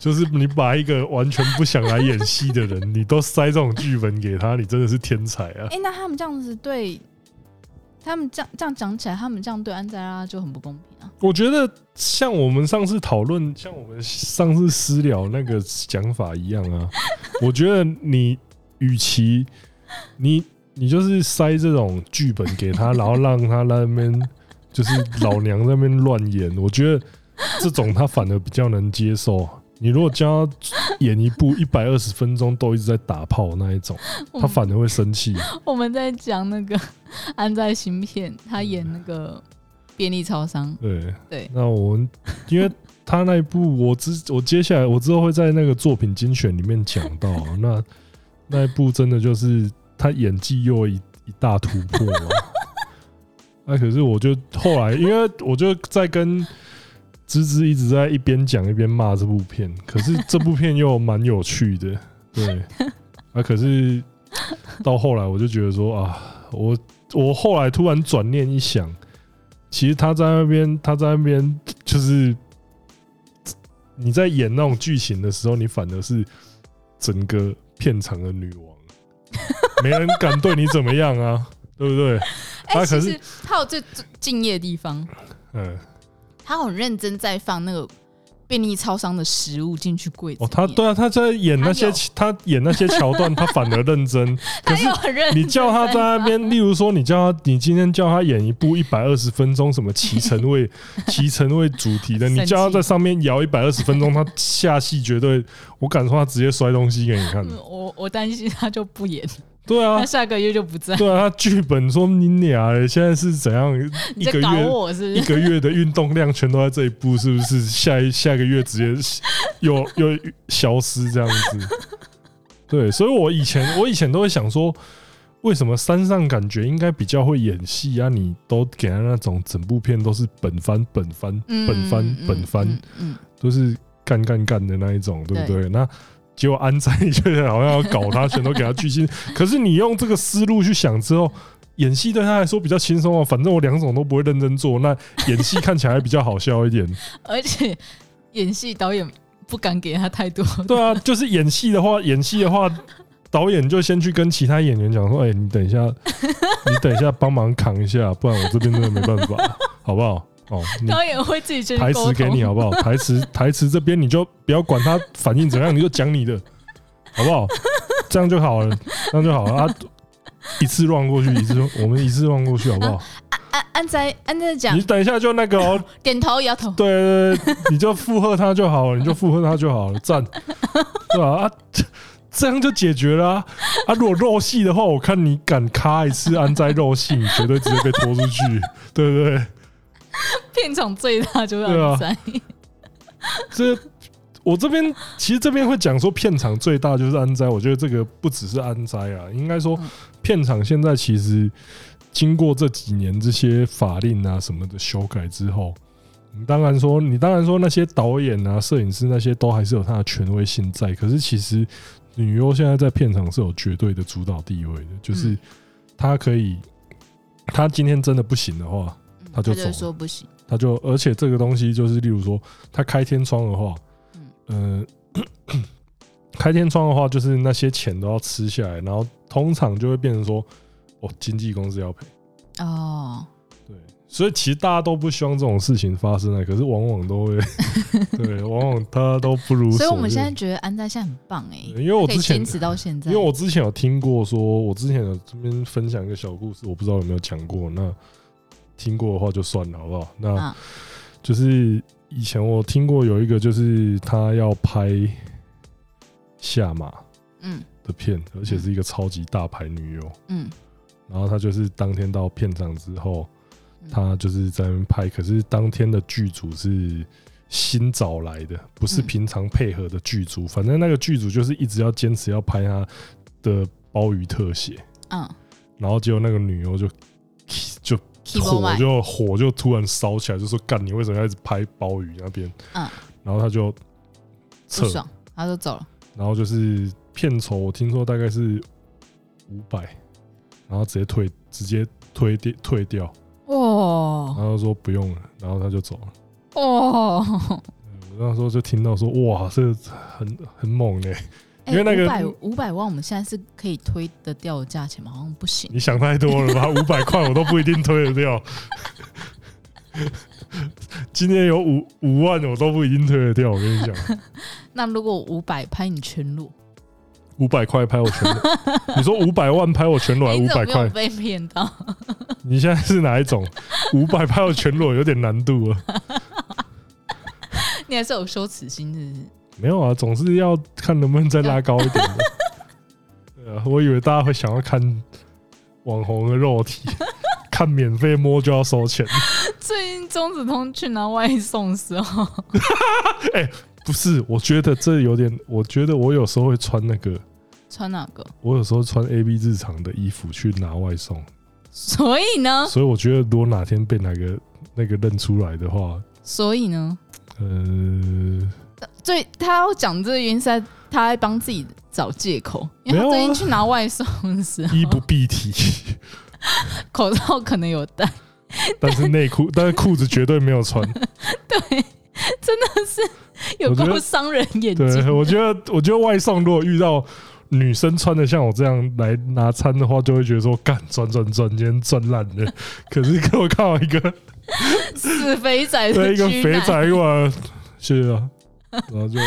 Speaker 1: 就是你把一个完全不想来演戏的人，你都塞这种剧本给他，你真的是天才啊！
Speaker 2: 哎、那他们这样子对，他们这样这样讲起来，他们这样对安在拉就很不公平啊。
Speaker 1: 我觉得像我们上次讨论，像我们上次私聊那个讲法一样啊。 我觉得你与其你你就是塞这种剧本给他，然后让他在那边就是老娘在那边乱演，我觉得这种他反而比较能接受。你如果叫他演一部一百二十分钟都一直在打炮那一种，
Speaker 2: 我
Speaker 1: 他
Speaker 2: 们
Speaker 1: 反而会生气。
Speaker 2: 我们在讲那个 安在芯片，他演那个
Speaker 1: 嗯
Speaker 2: 便利超商，
Speaker 1: 对
Speaker 2: 对
Speaker 1: 那我们因为他那一部，我之我接下来我之后会在那个作品精选里面讲到、啊，那那一部真的就是他演技又一一大突破啊嘛。那、啊可是我就后来，因为我就在跟芝芝一直在一边讲一边骂这部片，可是这部片又蛮有趣的，对。啊，可是到后来我就觉得说啊，我我后来突然转念一想，其实他在那边，他在那边就是你在演那种剧情的时候，你反而是整个片场的女王，没人敢对你怎么样啊，对不对？
Speaker 2: 哎、
Speaker 1: 啊
Speaker 2: 其
Speaker 1: 可是
Speaker 2: 实他有最最敬业的地方。
Speaker 1: 嗯，
Speaker 2: 他很认真在放那个便利超商的食物进去柜子
Speaker 1: 哦
Speaker 2: 里，面。
Speaker 1: 他对啊，他在演那些他演那些桥段，他反而认 真。可
Speaker 2: 他
Speaker 1: 是
Speaker 2: 又很认真。啊
Speaker 1: 你叫他在那边，例如说你叫他，你今天叫他演一部一百二十分钟什么骑乘位、骑乘位主题的，你
Speaker 2: 生气
Speaker 1: 叫他在上面摇一百二十分钟，他下戏绝对，我敢说他直接摔东西给你看
Speaker 2: 嗯。我我担心他就不演，
Speaker 1: 对啊
Speaker 2: 他，下个月就不在。
Speaker 1: 对啊，他剧本说你俩嘞现在是怎样
Speaker 2: 你
Speaker 1: 一
Speaker 2: 在
Speaker 1: 个
Speaker 2: 搞
Speaker 1: 月
Speaker 2: 我是不
Speaker 1: 一
Speaker 2: 是？
Speaker 1: 个月的运动量全都在这一步，是不是？下一下个月直接又又消失这样子。对，所以我以前我以前都会想说，为什么山上感觉应该比较会演戏啊？你都给他那种整部片都是本番本番
Speaker 2: 嗯
Speaker 1: 本番本番，
Speaker 2: 嗯，嗯
Speaker 1: 都是干干干的那一种，对不对？那结果安在就好像要搞他，全都给他巨星。可是你用这个思路去想之后，演戏对他来说比较轻松啊，反正我两种都不会认真做，那演戏看起来比较好笑一点。
Speaker 2: 而且演戏导演不敢给他 太多，
Speaker 1: 对啊，就是演戏的话，演戏的话，导演就先去跟其他演员讲说：“哎、你等一下，你等一下帮忙扛一下，不然我这边真的没办法，好不好？”哦，你
Speaker 2: 导演会自己去
Speaker 1: 台
Speaker 2: 沟
Speaker 1: 词给
Speaker 2: 通
Speaker 1: 你。好不好？台词台词这边你就不要管他反应怎样，你就讲你 的，好不好？这样就好了，这样就好了啊！一次乱过去，一次我们一次乱过去，好不
Speaker 2: 啊
Speaker 1: 好？
Speaker 2: 安安在安在讲
Speaker 1: 你，等一下就那个哦，
Speaker 2: 点头摇头。
Speaker 1: 对对对，你就附和他就好了，你就附和他就好了，赞，对吧？啊，这这样就解决了啊！啊如果肉戏的话，我看你敢咔一次安在肉戏，你绝对直接被拖出去，对不对？
Speaker 2: 片场最大就是
Speaker 1: 对啊
Speaker 2: 安在，
Speaker 1: 这我这边其实这边会讲说片场最大就是安灾，我觉得这个不只是安灾啊，应该说
Speaker 2: 嗯
Speaker 1: 片场现在其实经过这几年这些法令啊什么的修改之后，你当然说你当然说那些导演啊、摄影师那些都还是有他的权威性在，可是其实女优现在在片场是有绝对的主导地位的，就是
Speaker 2: 嗯
Speaker 1: 她可以，她今天真的不行的话，
Speaker 2: 嗯
Speaker 1: 他就走了
Speaker 2: 说不行。
Speaker 1: 他就而且这个东西就是，例如说他开天窗的话，嗯， 开天窗的话，就是那些钱都要吃下来，然后通常就会变成说，哦，经纪公司要赔，
Speaker 2: 哦，
Speaker 1: 对，所以其实大家都不希望这种事情发生啊，可是往往都 会，对，往往大家都不如
Speaker 2: 所以我
Speaker 1: 愿
Speaker 2: 们现在觉得安在现在很棒哎，
Speaker 1: 对因为我
Speaker 2: 可以
Speaker 1: 之前
Speaker 2: 坚持到现在，
Speaker 1: 因为我之前有听过说，我之前有这边分享一个小故事，我不知道有没有讲过。那听过的话就算了，好不好？那
Speaker 2: 啊
Speaker 1: 就是以前我听过有一个，就是他要拍下马
Speaker 2: 嗯
Speaker 1: 的片，而且是一个超级大牌女优。
Speaker 2: 嗯，
Speaker 1: 然后他就是当天到片场之后，
Speaker 2: 嗯
Speaker 1: 他就是在那边拍，可是当天的剧组是新找来的，不是
Speaker 2: 嗯
Speaker 1: 平常配合的剧组。反正那个剧组就是一直要坚持要拍他的鲍鱼特写，
Speaker 2: 嗯
Speaker 1: 然后结果那个女优就就
Speaker 2: ，keyboard
Speaker 1: 火
Speaker 2: y
Speaker 1: 就火就突然烧起来，就说干你为什么要一直拍鲍鱼那边？
Speaker 2: 嗯，
Speaker 1: 然后他就撤
Speaker 2: 不，爽，他就走了。
Speaker 1: 然后就是片酬，我听说大概是五百，然后直接退，直接推掉退掉。
Speaker 2: 哦
Speaker 1: 然
Speaker 2: 哇
Speaker 1: 后他说不用了，然后他就走了。嗯
Speaker 2: 哇，
Speaker 1: 我那时候就听到说，哇，这个很很猛嘞、 因为那个
Speaker 2: 哎五百五百万，我们现在是可以推得掉的价钱吗？好像不行。
Speaker 1: 你想太多了吧？ 五百块我都不一定推得掉。 今天有五五万，我都不一定推得掉。我跟你讲，
Speaker 2: 那如果五百拍你全裸，
Speaker 1: 五百块拍我全裸，你说五百万拍我全裸还五
Speaker 2: 你怎么
Speaker 1: 百
Speaker 2: 哎没
Speaker 1: 块？
Speaker 2: 有被骗到？
Speaker 1: 你现在是哪一种？五百拍我全裸有点难度啊。
Speaker 2: 你还是有羞耻心，是不是？
Speaker 1: 没有啊，总是要看能不能再拉高一点的。对啊，我以为大家会想要看网红的肉体，看免费摸就要收钱，
Speaker 2: 最近钟子通去拿外送的时候，
Speaker 1: 不是？我觉得这有点，我觉得我有时候会穿那个，
Speaker 2: 穿哪个？
Speaker 1: 我有时候穿 A B 日常的衣服去拿外送，
Speaker 2: 所以呢？
Speaker 1: 所以我觉得如果哪天被哪个那个认出来的话，
Speaker 2: 所以呢？
Speaker 1: 呃，
Speaker 2: 最他要讲这个原因是在他在帮自己找借口，因为他
Speaker 1: 没有啊
Speaker 2: 最近去拿外送的时候，
Speaker 1: 衣不蔽体，
Speaker 2: 口罩可能有戴，
Speaker 1: 但是内裤，但是裤子绝对没有穿。
Speaker 2: 有
Speaker 1: 我觉得
Speaker 2: 够伤人眼
Speaker 1: 对，
Speaker 2: 睛。
Speaker 1: 我觉得，我觉得外送如果遇到女生穿的像我这样来拿餐的话，就会觉得说干赚赚赚，今天赚烂了。可是给我看到一个
Speaker 2: 死肥仔
Speaker 1: 对
Speaker 2: 的
Speaker 1: 一个
Speaker 2: 居
Speaker 1: 肥
Speaker 2: 男
Speaker 1: 仔过来，谢谢啊，然后就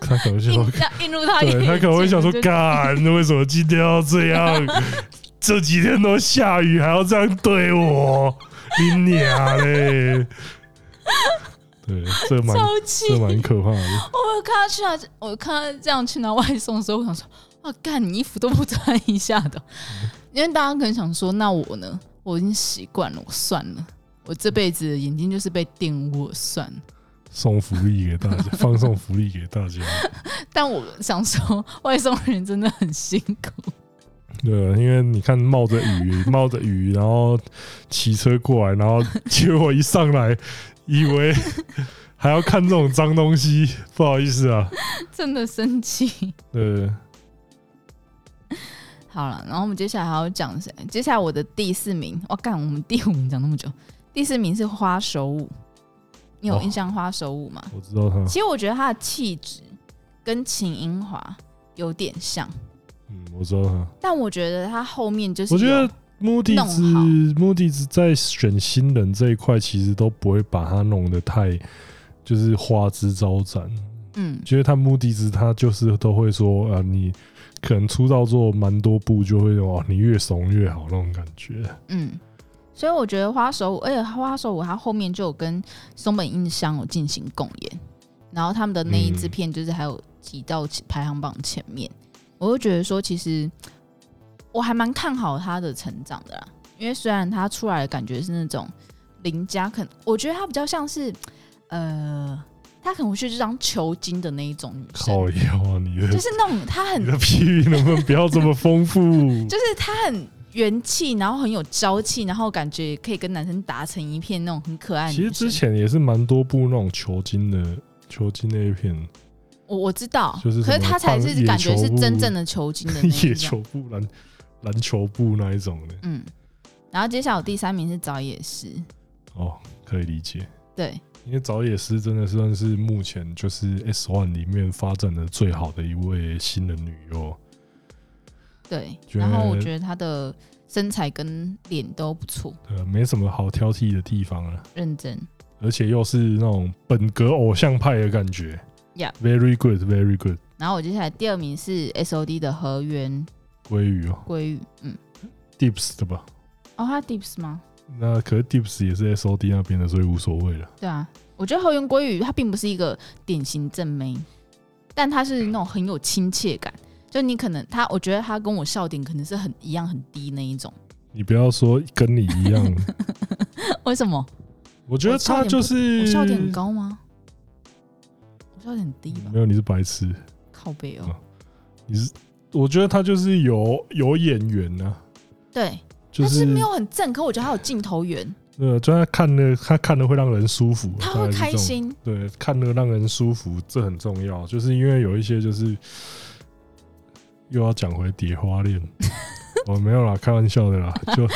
Speaker 1: 他可能就说
Speaker 2: 印，要映入他眼
Speaker 1: 对
Speaker 2: 睛，
Speaker 1: 他可能会想说
Speaker 2: 就，
Speaker 1: 干，为什么今天要这 样？这几天都下雨，还要这样对我，你娘嘞！对，这蛮
Speaker 2: 超气！
Speaker 1: 这
Speaker 2: 我
Speaker 1: 蛮可怕的。
Speaker 2: 有看他去拿，我有看他这样去拿外送的时候，我想说，哇，干，你衣服都不穿一下的， 因为大家可能想说，那我呢？我已经习惯了，我算了，我这辈子眼睛就是被玷污，我算了。
Speaker 1: 送福利给大家，放送福利给大家。
Speaker 2: 但我想说， 外送人真的很辛苦，
Speaker 1: 对，啊因为你看冒着雨，冒着雨，然后骑车过来，然后结果一上来，以为。还要看这种脏东西，不好意思啊。
Speaker 2: 真的生气。
Speaker 1: 呃，
Speaker 2: 好了，然后我们接下来还要讲谁？接下来我的第四名，我、干，我们第五名讲那么久，第四名是花手舞，你有
Speaker 1: 哦
Speaker 2: 印象花手舞吗？
Speaker 1: 我知道他，
Speaker 2: 其实我觉得他的气质跟秦英华有点像，
Speaker 1: 嗯，我知道他。
Speaker 2: 但我觉得他后面就是
Speaker 1: 我觉
Speaker 2: 有
Speaker 1: 得目的
Speaker 2: 弄
Speaker 1: 是
Speaker 2: 好
Speaker 1: 目的是在选新人这一块，其实都不会把它弄得太就是花枝招展。
Speaker 2: 嗯
Speaker 1: 觉得他目的是他就是都会说啊，你可能出道做蛮多部，就会哦，你越怂越好那种感觉。
Speaker 2: 嗯，所以我觉得花手舞，而且花手舞它后面就有跟松本映香有进行共演，然后他们的那一支
Speaker 1: 嗯
Speaker 2: 片就是还有挤到排行榜前面，我就觉得说其实我还蛮看好他的成长的啦，因为虽然他出来的感觉是那种邻家，可能我觉得他比较像是呃，他可能会去这张球精的那一种女生
Speaker 1: 靠。腰啊，你的
Speaker 2: 就是那种她很
Speaker 1: 你的批评能不能不要这么丰富？
Speaker 2: 就是他很元气，然后很有朝气，然后感觉可以跟男生打成一片那种很可爱的
Speaker 1: 其实
Speaker 2: 女生
Speaker 1: 之前也是蛮多部那种球精的球精那一片，
Speaker 2: 我我知道，
Speaker 1: 就是
Speaker 2: 可是
Speaker 1: 什么
Speaker 2: 他才
Speaker 1: 棒
Speaker 2: 是
Speaker 1: 野
Speaker 2: 感觉
Speaker 1: 球
Speaker 2: 是
Speaker 1: 部
Speaker 2: 真正的球精的那一
Speaker 1: 野
Speaker 2: 种。
Speaker 1: 球部、篮篮球部那一种的
Speaker 2: 嗯，然后接下来我第三名是早野诗，
Speaker 1: 哦，可以理解。
Speaker 2: 对，
Speaker 1: 因为早野诗真的算是目前就是 S One 里面发展的最好的一位新人女优，
Speaker 2: 对，
Speaker 1: 觉
Speaker 2: 然后我
Speaker 1: 得
Speaker 2: 觉得她的身材跟脸都不错，
Speaker 1: 呃，没什么好挑剔的地方了，
Speaker 2: 认真。
Speaker 1: 而且又是那种本格偶像派的感觉
Speaker 2: Yeah
Speaker 1: ，Yeah，very good，very good，
Speaker 2: 然后我接下来第二名是 S O D 的河原
Speaker 1: 鲑鱼哦
Speaker 2: 圭宇，嗯，
Speaker 1: ，Dips 的吧？
Speaker 2: 哦，他 Dips 吗？
Speaker 1: 那可是 Dips 也是 S O D 那边的，所以无所谓了。
Speaker 2: 对啊，我觉得河原圭宇他并不是一个典型正妹，但他是那种很有亲切感。就你可能他，我觉得他跟我笑点可能是很一样很低那一种。
Speaker 1: 你不要说跟你一样，
Speaker 2: 为什么？
Speaker 1: 我觉得他就是
Speaker 2: 我笑点
Speaker 1: 嗯
Speaker 2: 很高吗？我笑点很低吧
Speaker 1: 没？有你是白痴，
Speaker 2: 靠背哦、
Speaker 1: 嗯你是我觉得他就是有有眼缘啊，
Speaker 2: 对，
Speaker 1: 就
Speaker 2: 他是
Speaker 1: 是
Speaker 2: 没有很正，可我觉得他有镜头缘，
Speaker 1: 呃，就他看的，他看的会让人舒服，
Speaker 2: 他
Speaker 1: 大
Speaker 2: 会
Speaker 1: 概是
Speaker 2: 开
Speaker 1: 这种。
Speaker 2: 心。
Speaker 1: 对，看的让人舒服，这很重要。就是因为有一些就是又要讲回蝶花 恋，我没有啦，开玩笑的啦。就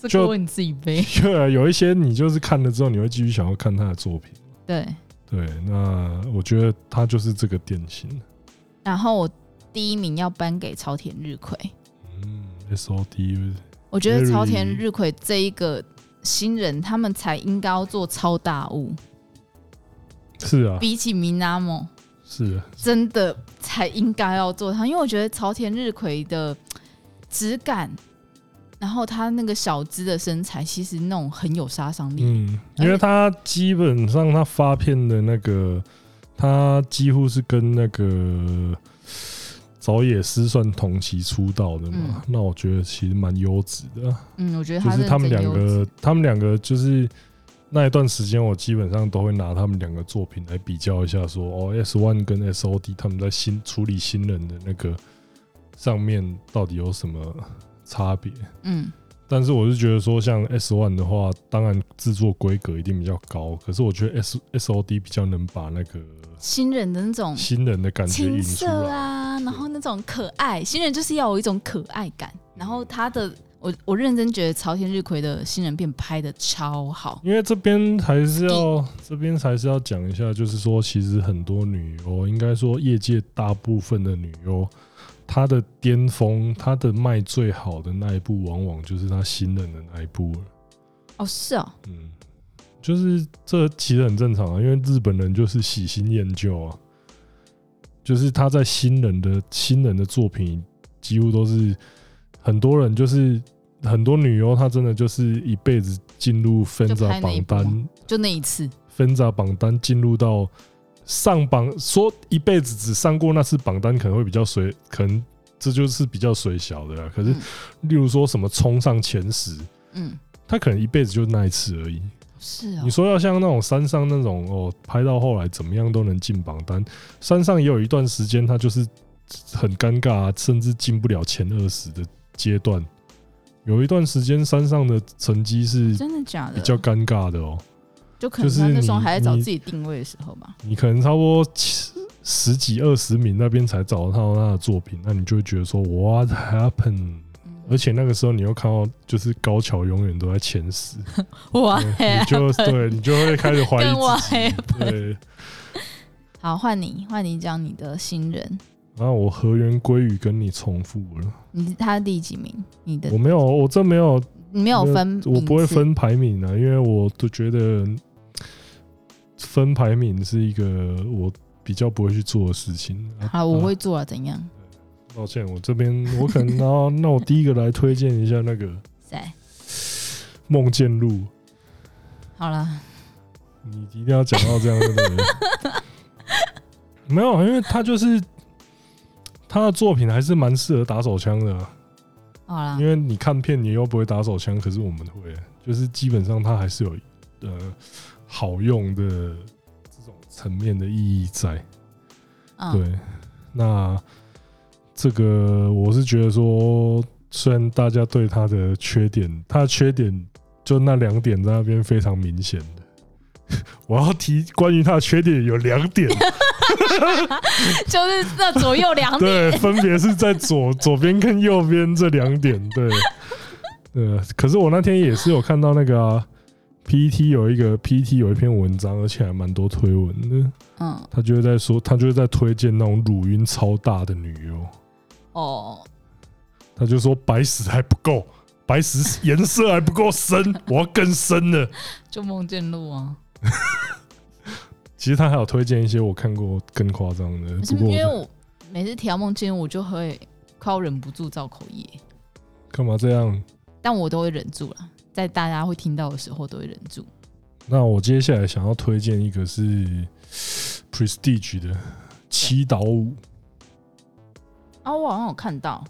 Speaker 2: 这
Speaker 1: 就
Speaker 2: 锅你自己背。
Speaker 1: 就有一些你就是看了之后，你会继续想要看他的作品。
Speaker 2: 对，
Speaker 1: 对，那我觉得他就是这个典型。
Speaker 2: 然后我第一名要颁给朝田日葵。
Speaker 1: 嗯，S O D
Speaker 2: 我觉得
Speaker 1: Very-
Speaker 2: 朝田日葵这一个新人，他们才应该要做超大物，
Speaker 1: 是啊，
Speaker 2: 比起米纳莫，
Speaker 1: 是啊，
Speaker 2: 真的才应该要做他，因为我觉得朝田日葵的质感，然后他那个小只的身材，其实那种很有杀伤力。
Speaker 1: 嗯，
Speaker 2: 而且
Speaker 1: 因为他基本上他发片的那个，他几乎是跟那个早野诗算同期出道的嘛，
Speaker 2: 嗯
Speaker 1: 那我觉得其实蛮优质的啊，
Speaker 2: 嗯，我觉得
Speaker 1: 就
Speaker 2: 他
Speaker 1: 是他们
Speaker 2: 认
Speaker 1: 两
Speaker 2: 真优
Speaker 1: 个
Speaker 2: 质。，
Speaker 1: 他们两个就是那一段时间，我基本上都会拿他们两个作品来比较一下说哦，S One 跟 S O D 他们在新处理新人的那个上面到底有什么差别。
Speaker 2: 嗯，
Speaker 1: 但是我是觉得说，像 S One 的话，当然制作规格一定比较高，可是我觉得 S S O D 比较能把那个
Speaker 2: 新人的那种
Speaker 1: 新人的感觉
Speaker 2: 嗯青
Speaker 1: 引出
Speaker 2: 涩
Speaker 1: 来。
Speaker 2: 啊，然后那种可爱，新人就是要有一种可爱感。然后
Speaker 1: 嗯
Speaker 2: 他的，我我认真觉得朝田日葵的新人片拍的超好。
Speaker 1: 因为这边还是要这边还是要讲一下，就是说，其实很多女优，应该说业界大部分的女优，她的巅峰，她的卖最好的那一部，往往就是她新人的那一部了。
Speaker 2: 哦，是哦，
Speaker 1: 嗯，就是这其实很正常啊，因为日本人就是喜新厌旧啊，就是他在新人的新人的作品几乎都是很多人就是很多女优，她真的就是一辈子进入分
Speaker 2: 就
Speaker 1: 杂
Speaker 2: 拍那一
Speaker 1: 榜
Speaker 2: 部啊吗
Speaker 1: 单，
Speaker 2: 就那一次。
Speaker 1: 分杂榜单进入到上榜，说一辈子只上过那次榜单，可能会比较水，可能这就是比较水小的啦。可是
Speaker 2: 嗯，
Speaker 1: 例如说什么冲上前十，
Speaker 2: 嗯，
Speaker 1: 她可能一辈子就那一次而已。
Speaker 2: 是哦
Speaker 1: 你。说要像那种山上那种哦，拍到后来怎么样都能进榜单，山上也有一段时间他就是很尴尬、甚至进不了前二十的阶段。有一段时间山上的成绩是
Speaker 2: 真的假的？
Speaker 1: 比较尴尬的哦，
Speaker 2: 就可能他
Speaker 1: 就是
Speaker 2: 那时候
Speaker 1: 你
Speaker 2: 还在找
Speaker 1: 你
Speaker 2: 自己定位的时候吧。
Speaker 1: 你可能差不多七十几二十名那边才找到他的作品，那你就会觉得说 What happened？而
Speaker 2: 嗯
Speaker 1: 且那个时候你又看到，就是高桥永远都在前十，
Speaker 2: 哇，
Speaker 1: 对你就对你就会开始 怀疑
Speaker 2: 跟我
Speaker 1: 自己。对，
Speaker 2: 好，换你，换你讲你的新人，
Speaker 1: 然后我河原归语跟你重复了，
Speaker 2: 你他第几名？你的
Speaker 1: 我没有，我真没有
Speaker 2: 你没有分名次，
Speaker 1: 我不会分排名啊，因为我都觉得分排名是一个我比较不会去做的事情。啊
Speaker 2: 好，我会做啊，怎样？
Speaker 1: 啊抱歉，我这边我可能那那我第一个来推荐一下那个
Speaker 2: 在
Speaker 1: 梦见路，
Speaker 2: 好了，
Speaker 1: 你一定要讲到这样对不对？ 没有，因为他就是他的作品还是蛮适合打手枪的啊、
Speaker 2: 好了
Speaker 1: 因，为你看片你又不会打手枪，可是我们会，就是基本上它还是有呃好用的这种层面的意义在。
Speaker 2: 嗯，
Speaker 1: 对，那这个我是觉得说，虽然大家对它的缺点，它的缺点就那两点在那边非常明显的。 我要提关于它的缺点有两点，
Speaker 2: 就是这左右两点，
Speaker 1: 对，分别是在 左左边跟右边这两点，对，呃，可是我那天也是有看到那个啊，PPT 有一个 PPT 有一篇文章，而且还蛮多推文的，
Speaker 2: 嗯，
Speaker 1: 他就是在说，他就是在推荐那种乳晕超大的女优，
Speaker 2: 哦，
Speaker 1: 他就说白屎还不够，白屎颜色还不够深，我要更深的。
Speaker 2: 就梦见路啊，
Speaker 1: 其实他还有推荐一些我看过更夸张的，
Speaker 2: 不是
Speaker 1: 不过
Speaker 2: 因为
Speaker 1: 我
Speaker 2: 我每次提到梦见，我就会快要忍不住造口业，
Speaker 1: 干嘛这样？
Speaker 2: 但我都会忍住了，在大家会听到的时候都会忍住。
Speaker 1: 那我接下来想要推荐一个是 Prestige 的祈祷舞，
Speaker 2: 啊，我好像有看到，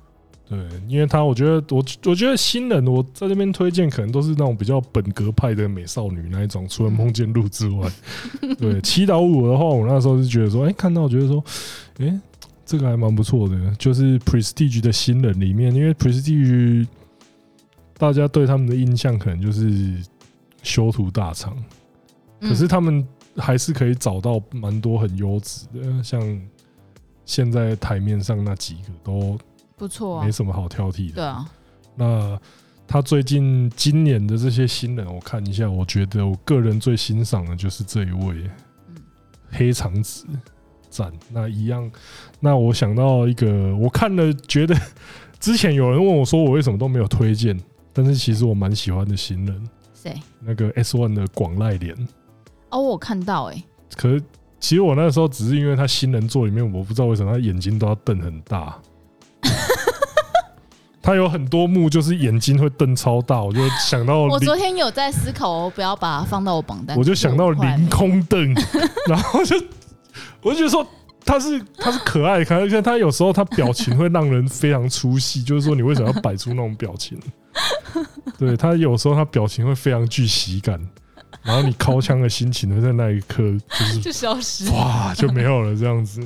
Speaker 1: 对，因为他我觉得我我觉得新人我在这边推荐可能都是那种比较本格派的美少女那一种，除了梦见路之外，对祈祷舞的话，我那时候是觉得说，哎、看到觉得说，哎、这个还蛮不错的，就是 Prestige 的新人里面，因为 Prestige 大家对他们的印象可能就是修图大厂。
Speaker 2: 嗯
Speaker 1: 可是他们还是可以找到蛮多很优质的，像现在台面上那几个都
Speaker 2: 不错啊
Speaker 1: 没，什么好挑剔
Speaker 2: 对
Speaker 1: 的。
Speaker 2: 啊，
Speaker 1: 那他最近今年的这些新人，我看一下，我觉得我个人最欣赏的就是这一位
Speaker 2: 嗯
Speaker 1: 黑长直赞。那一样，那我想到一个，我看了觉得之前有人问我说我为什么都没有推荐，但是其实我蛮喜欢的新人，
Speaker 2: 谁？
Speaker 1: 那个 S One 的广濑廉。
Speaker 2: 哦，我有看到哎、欸
Speaker 1: 可是其实我那时候只是因为他新人作里面，我不知道为什么他眼睛都要瞪很大。 他有很多幕就是眼睛会瞪超大，我就想到
Speaker 2: 我
Speaker 1: 凌
Speaker 2: 昨天有在思考，哦我不要把它放到我榜单，
Speaker 1: 哦我就想到
Speaker 2: 可是我快
Speaker 1: 凌空瞪，然后就我就觉得说他是他是可爱，可爱，但他有时候他表情会让人非常出戏，就是说你为什么要摆出那种表情？对他有时候他表情会非常具喜感，然后你掏枪的心情会在那一刻就是
Speaker 2: 就消失，
Speaker 1: 哇就没有了，这样子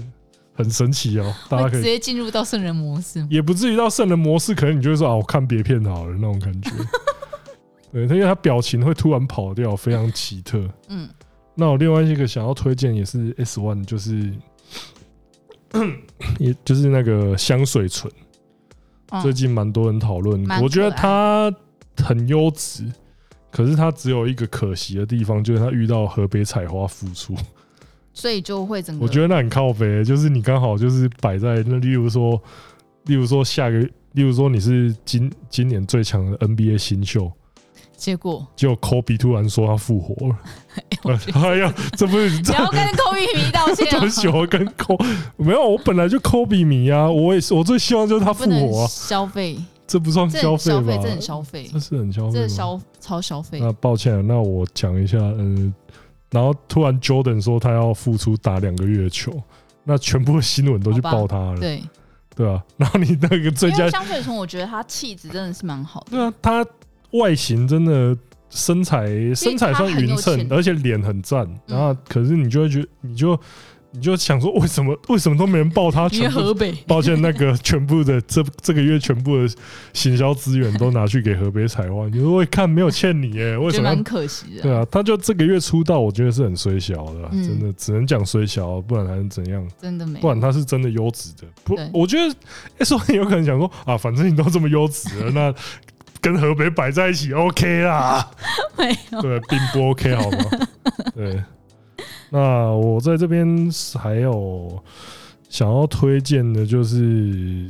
Speaker 1: 很神奇 哦。大家
Speaker 2: 会
Speaker 1: 可
Speaker 2: 直
Speaker 1: 以
Speaker 2: 接进入到圣人模式。
Speaker 1: 也不至于到圣人模式，可能你就会说啊，我看别片好了那种 感觉。对，因为他表情会突然跑掉，非常奇特。
Speaker 2: 嗯，
Speaker 1: 那我另外一个想要推荐也是 S One，就是 也就是那个香水唇，
Speaker 2: 嗯
Speaker 1: 最近蛮多人讨论
Speaker 2: 蛮，可爱啊
Speaker 1: 我觉得它很优质，可是它只有一个可惜的地方，就是它遇到河北采花复出。
Speaker 2: 所以就会整个
Speaker 1: 我觉得那很靠北、就是你刚好就是摆在那，例如说，例如说下个，例如说你是今今年最强的 NBA 新秀，
Speaker 2: 结果，
Speaker 1: 结果 Kobe 突然说他复活 了，
Speaker 2: 我觉得啊
Speaker 1: 哎呀，这不是
Speaker 2: 不
Speaker 1: 这
Speaker 2: 要跟空玉迷道 歉、
Speaker 1: 这
Speaker 2: 啊
Speaker 1: 么，喜欢跟 Kobe 没有，我本来就 Kobe 迷啊，我也是，我最希望就是他
Speaker 2: 不
Speaker 1: 复
Speaker 2: 能
Speaker 1: 活、啊，
Speaker 2: 消费，
Speaker 1: 这不算
Speaker 2: 这
Speaker 1: 消
Speaker 2: 很
Speaker 1: 费
Speaker 2: 消费，
Speaker 1: 吧啊
Speaker 2: 这？很消费
Speaker 1: 这，是很消费
Speaker 2: 这
Speaker 1: 吗
Speaker 2: 消超消费。
Speaker 1: 那抱歉了，那我讲一下，嗯，然后突然 Jordan 说他要复出打两个月球，那全部的新闻都去
Speaker 2: 好吧
Speaker 1: 爆他了。
Speaker 2: 对，
Speaker 1: 对啊，然后你那个最
Speaker 2: 因
Speaker 1: 佳
Speaker 2: 为，香水虫，我觉得它气质真的是蛮好的，
Speaker 1: 对啊，他外形真的身材身材算匀
Speaker 2: 其实他很有
Speaker 1: 称，
Speaker 2: 钱嗯
Speaker 1: 而且脸很赞，然后可是你就会觉得你就你就想说为什么为什么都没人报他？
Speaker 2: 因为
Speaker 1: 全部
Speaker 2: 河北
Speaker 1: 抱歉，那个全部的这这个月全部的行销资源都拿去给河北采花。你说我一看没有欠你 耶，为
Speaker 2: 我觉
Speaker 1: 什
Speaker 2: 得
Speaker 1: 么要
Speaker 2: 蛮可惜的。
Speaker 1: 对啊，他就这个月出道，我觉得是很衰小的啊，
Speaker 2: 嗯
Speaker 1: 真的只能讲衰小，啊不然还能怎样？
Speaker 2: 真的没
Speaker 1: 不然他是真的优质的。不
Speaker 2: 对，
Speaker 1: 我觉得欸说很有可能想说啊，反正你都这么优质了，那跟河北摆在一起 OK 啦。
Speaker 2: 没有。
Speaker 1: 对，并不 OK 好吗？对。那我在这边还有想要推荐的，就是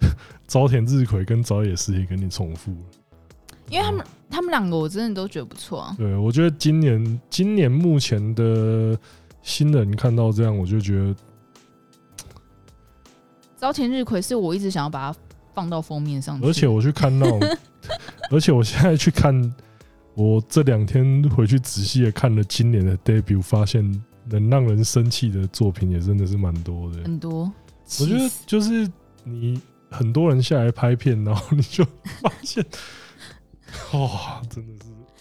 Speaker 1: 早田智葵跟早野诗也跟你重复了，
Speaker 2: 因为他们他们两个我真的都觉得不错啊。
Speaker 1: 对，我觉得今年今年目前的新人看到这样，我就觉得
Speaker 2: 朝田日葵是我一直想要把它放到封面上去，
Speaker 1: 而且我去看那种，而且我现在去看，我这两天回去仔细的看了今年的 debut，发现能让人生气的作品也真的是蛮多的。
Speaker 2: 很多。
Speaker 1: 我觉
Speaker 2: 气
Speaker 1: 得
Speaker 2: 死
Speaker 1: 就是你很多人下来拍片，然后你就发现， 哇、真的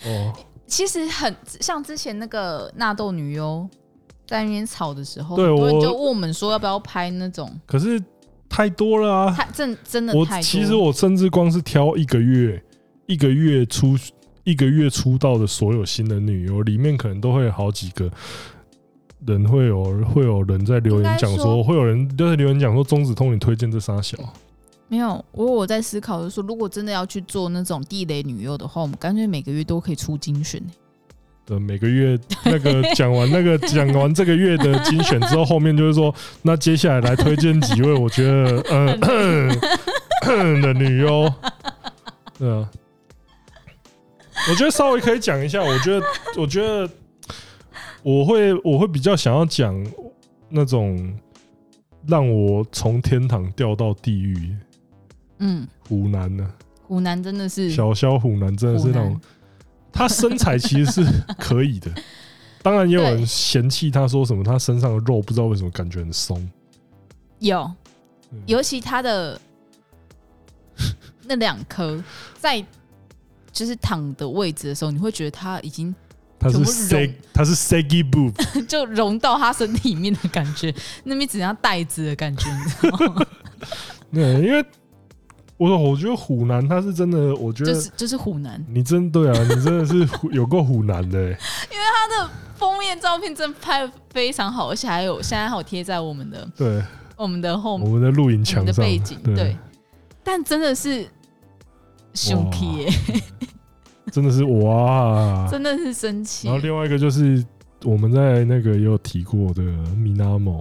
Speaker 1: 是哦，
Speaker 2: 其实很像之前那个纳豆女优在那边吵的时候，
Speaker 1: 对
Speaker 2: 很多人
Speaker 1: 我
Speaker 2: 就问我们说要不要拍那种，
Speaker 1: 可是太多了啊！
Speaker 2: 太真真的
Speaker 1: 我
Speaker 2: 太多
Speaker 1: 其实我甚至光是挑一个月一个月出一个月出道的所有新的女优，里面可能都会有好几个人会有会有人在留言讲
Speaker 2: 应该
Speaker 1: 说，
Speaker 2: 说
Speaker 1: 会有人就是留言讲说中子通你推荐这仨小，
Speaker 2: 没有，我我在思考就是说，如果真的要去做那种地雷女优的话，我们干脆每个月都可以出精选，
Speaker 1: 呃，每个月那个讲完那个讲完这个月的精选之后，后面就是说，那接下来来推荐几位我觉得呃的女优，对啊，我觉得稍微可以讲一下，我觉得我觉得我会我会比较想要讲那种让我从天堂掉到地狱，
Speaker 2: 嗯，
Speaker 1: 湖南呢、
Speaker 2: 湖南真的是
Speaker 1: 小肖虎男真的是
Speaker 2: 湖
Speaker 1: 那
Speaker 2: 南
Speaker 1: 种，他身材其实是可以的， 当然也有人
Speaker 2: 对
Speaker 1: 嫌弃他说什么，他身上的肉不知道为什么感觉很松，
Speaker 2: 有，
Speaker 1: 嗯
Speaker 2: 尤其他 的那两颗在就是躺的位置的时候，你会觉得他已经
Speaker 1: 他是
Speaker 2: 全部是
Speaker 1: seg
Speaker 2: 肉
Speaker 1: 他是 seggy boob，
Speaker 2: 就融到他身体里面的感觉， 那边只剩下袋子的感觉，你知道吗？
Speaker 1: 对，因为我我觉得虎男他是真的，我觉
Speaker 2: 就
Speaker 1: 得
Speaker 2: 是就是湖南
Speaker 1: 你真对啊，你真的是虎有够虎男 的欸，
Speaker 2: 封面照片真的拍的非常好，而且还有现在还有贴在我们的
Speaker 1: 对，
Speaker 2: 我们的后
Speaker 1: 我
Speaker 2: 面
Speaker 1: 们的录影
Speaker 2: 我们
Speaker 1: 墙
Speaker 2: 的
Speaker 1: 上
Speaker 2: 背景，对，，但真的是胸贴、
Speaker 1: 真的是哇，
Speaker 2: 真的是生气
Speaker 1: 然。后另外一个就是我们在那个也有提过的 Minamo。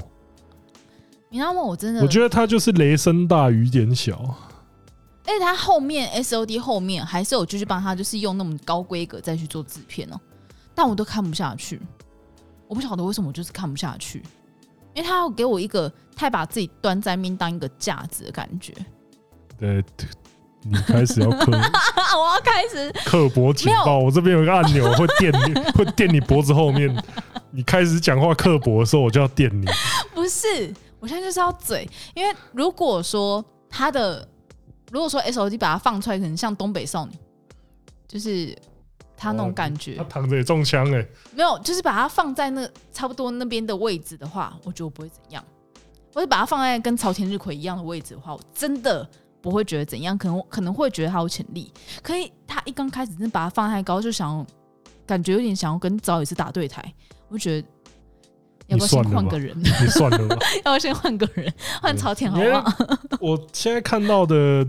Speaker 2: 你要问我真的，
Speaker 1: 我觉得他就是雷声大雨点小，
Speaker 2: 而哎且他后面 S O D 后面还是有继续帮他，就是用那么高规格再去做制片哦、但我都看不下去，我不晓得为什么我就是看不下去，因为他要给我一个太把自己端在面当一个架子的感觉
Speaker 1: 对，你开始要刻
Speaker 2: 啊！ 我要开始
Speaker 1: 刻薄警报，我这边有一个按钮会电你， 会电你脖子后面。你开始讲话刻薄的时候，我就要电你。
Speaker 2: 不是，我现在就是要嘴，因为如果说他的，如果说 S O D 把它放出来，可能像东北少女，就是他那种感觉，
Speaker 1: 他躺着也中枪哎、
Speaker 2: 没有，就是把它放在那差不多那边的位置的话，我觉得我不会怎样。我就把它放在跟朝田日葵一样的位置的话，我真的不会觉得怎样，可能可能会觉得他有潜力。可以，他一刚开始真的把它放太高，就想要感觉有点想要跟早也是打对台，我就觉得要不要先
Speaker 1: 你算了
Speaker 2: 换
Speaker 1: 吧
Speaker 2: 个人？
Speaker 1: 你算了吧。
Speaker 2: 要不要先换个人，换朝田好
Speaker 1: 因
Speaker 2: 不
Speaker 1: 为
Speaker 2: 好？
Speaker 1: 我现在看到的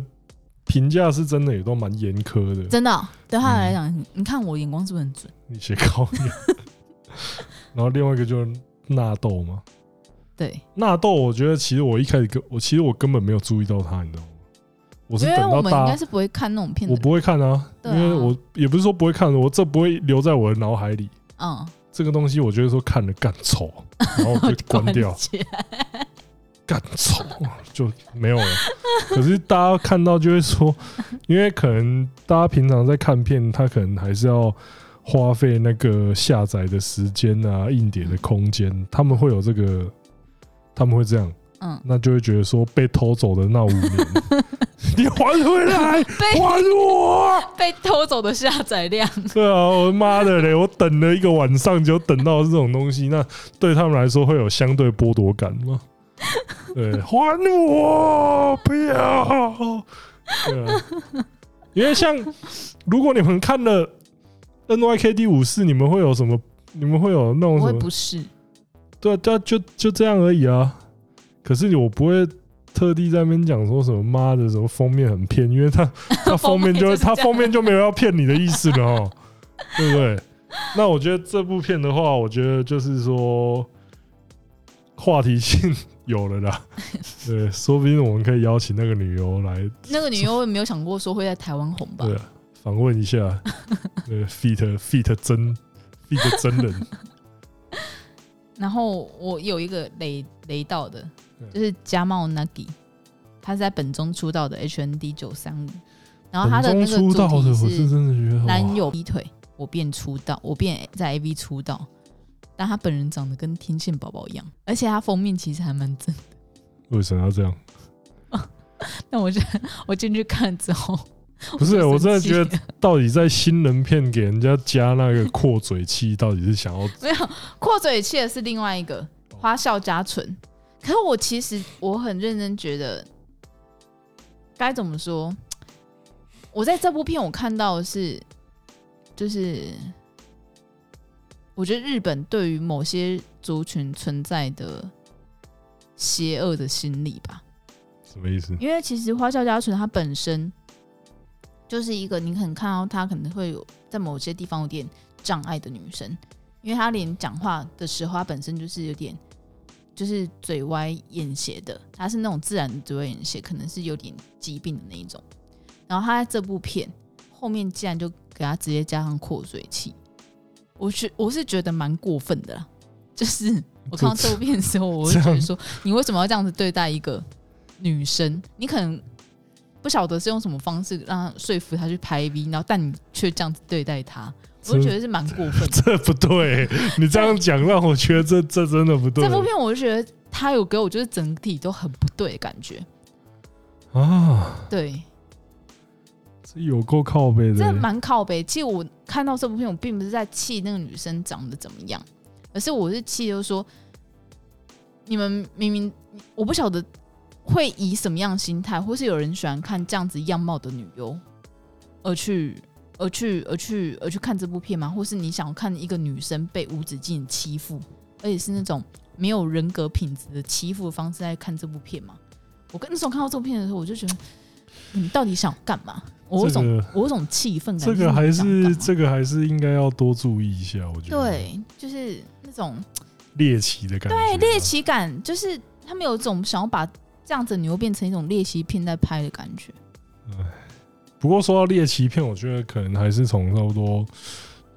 Speaker 1: 评价是真的也都蛮严苛的，
Speaker 2: 真的哦、对
Speaker 1: 嗯
Speaker 2: 他来讲，你看我眼光是不是很准？
Speaker 1: 你写高 一点然后另外一个就是纳豆嘛，
Speaker 2: 对，
Speaker 1: 纳豆，我觉得其实我一开始跟我其实我根本没有注意到他，你知道吗？我是
Speaker 2: 因
Speaker 1: 等
Speaker 2: 为
Speaker 1: 到
Speaker 2: 我们
Speaker 1: 大
Speaker 2: 应
Speaker 1: 家
Speaker 2: 该是不会看那种片
Speaker 1: 我
Speaker 2: 的，
Speaker 1: 不会看啊，
Speaker 2: 对
Speaker 1: 因
Speaker 2: 啊
Speaker 1: 为我也不是说不会看，我这不会留在我的脑海里。
Speaker 2: 嗯，
Speaker 1: 这个东西，我觉得说看了干丑，然后我就关 掉，
Speaker 2: 起来
Speaker 1: 干丑就没有了。可是大家看到就会说，因为可能大家平常在看片，他可能还是要花费那个下载的时间啊、硬碟的空间，他们会有这个，他们会这样。
Speaker 2: 嗯，
Speaker 1: 那就会觉得说被偷走的那五年， 你还回来，
Speaker 2: 被
Speaker 1: 还我！
Speaker 2: 被偷走的下载量，
Speaker 1: 对啊，我的妈的嘞！我等了一个晚上，就等到这种东西，那对他们来说会有相对剥夺感 吗？对，还我不要！对啊，因为像如果你们看了 NYKD 五四，你们会有什么？你们会有那种
Speaker 2: 我
Speaker 1: 什
Speaker 2: 会
Speaker 1: 么？
Speaker 2: 不是
Speaker 1: 对啊，对啊，就就这样而已啊。可是我不会特地在那边讲说什么妈的什么封面很骗，因为 他他封面就
Speaker 2: 封面就是是这
Speaker 1: 他
Speaker 2: 样
Speaker 1: 封面就没有要骗你的意思了哦，对不对？那我觉得这部片的话，我觉得就是说话题性有了 啦。对，说不定我们可以邀请那个女优来
Speaker 2: 那个女优，我也没有想过说会在台湾红吧？
Speaker 1: 对啊访问一下， 呃，feat feat 真 feat 真人，
Speaker 2: 然后我有一个雷雷到的
Speaker 1: 嗯，
Speaker 2: 就是加茂 Nagi，他是在本中出道的 HND 九三五， 然后他的那
Speaker 1: 本
Speaker 2: 个
Speaker 1: 中出
Speaker 2: 主
Speaker 1: 道的，
Speaker 2: 题
Speaker 1: 我是真的觉得哇
Speaker 2: 男友劈腿，我便出道，我便在 AV 出道。但他本人长得跟天线宝宝一样，而且他封面其实还蛮正。
Speaker 1: 为什么要这样？
Speaker 2: 但我觉得我进去看之后，
Speaker 1: 不 是，
Speaker 2: 就
Speaker 1: 我真
Speaker 2: 生
Speaker 1: 的
Speaker 2: 气
Speaker 1: 觉得到底在新人片给人家加那个扩嘴器，到底是想要
Speaker 2: 没有 扩嘴器的是另外一个花笑加唇。可是我其实我很认真觉得，该怎么说？我在这部片我看到的是，就是我觉得日本对于某些族群存在的邪恶的心理吧。
Speaker 1: 什么意思？
Speaker 2: 因为其实花俏家纯它本身就是一个你可能看到她可能会有在某些地方有点障碍的女生，因为她连讲话的时候，她本身就是有点就是嘴歪眼斜的，她是那种自然的嘴歪眼斜，可能是有点疾病的那一种。然后她在这部片后面竟然就给她直接加上扩嘴器，我觉我是觉得蛮过分的啦，就是。我看到这部片的时候，我会觉
Speaker 1: 这
Speaker 2: 得
Speaker 1: 样
Speaker 2: 说，你为什么要这样子对待一个女生，你可能不晓得是用什么方式让她说服她去拍 V，然后但你却这样子对待她，我就觉得是蛮过分的。
Speaker 1: 这不 对，你这样讲让我觉得这这真的不对
Speaker 2: 这部片我就觉得他有给我就是整体都很不对的感觉，
Speaker 1: 啊！
Speaker 2: 对，
Speaker 1: 这有够靠背
Speaker 2: 真的
Speaker 1: 的，
Speaker 2: 蛮靠背。其实我看到这部片，我并不是在气那个女生长得怎么样，而是我是气就是说，你们明明我不晓得会以什么样的心态，或是有人喜欢看这样子样貌的女优，而去而去而去而去看这部片吗？或是你想看一个女生被无止境地欺负，而且是那种没有人格品质的欺负的方式在看这部片吗？我跟那时候看到这部片的时候，我就觉得你们到底想干嘛？我有
Speaker 1: 这
Speaker 2: 种、
Speaker 1: 个
Speaker 2: 我有种气愤感。
Speaker 1: 这个还
Speaker 2: 就是你
Speaker 1: 是
Speaker 2: 们想
Speaker 1: 这个还是应该要多注意一下，我觉
Speaker 2: 干嘛
Speaker 1: 得
Speaker 2: 对，就是那种
Speaker 1: 猎奇的感觉啊，
Speaker 2: 对猎奇感，就是他们有种想要把这样子的牛变成一种猎奇片在拍的感觉。
Speaker 1: 不过说到猎奇片，我觉得可能还是从差不多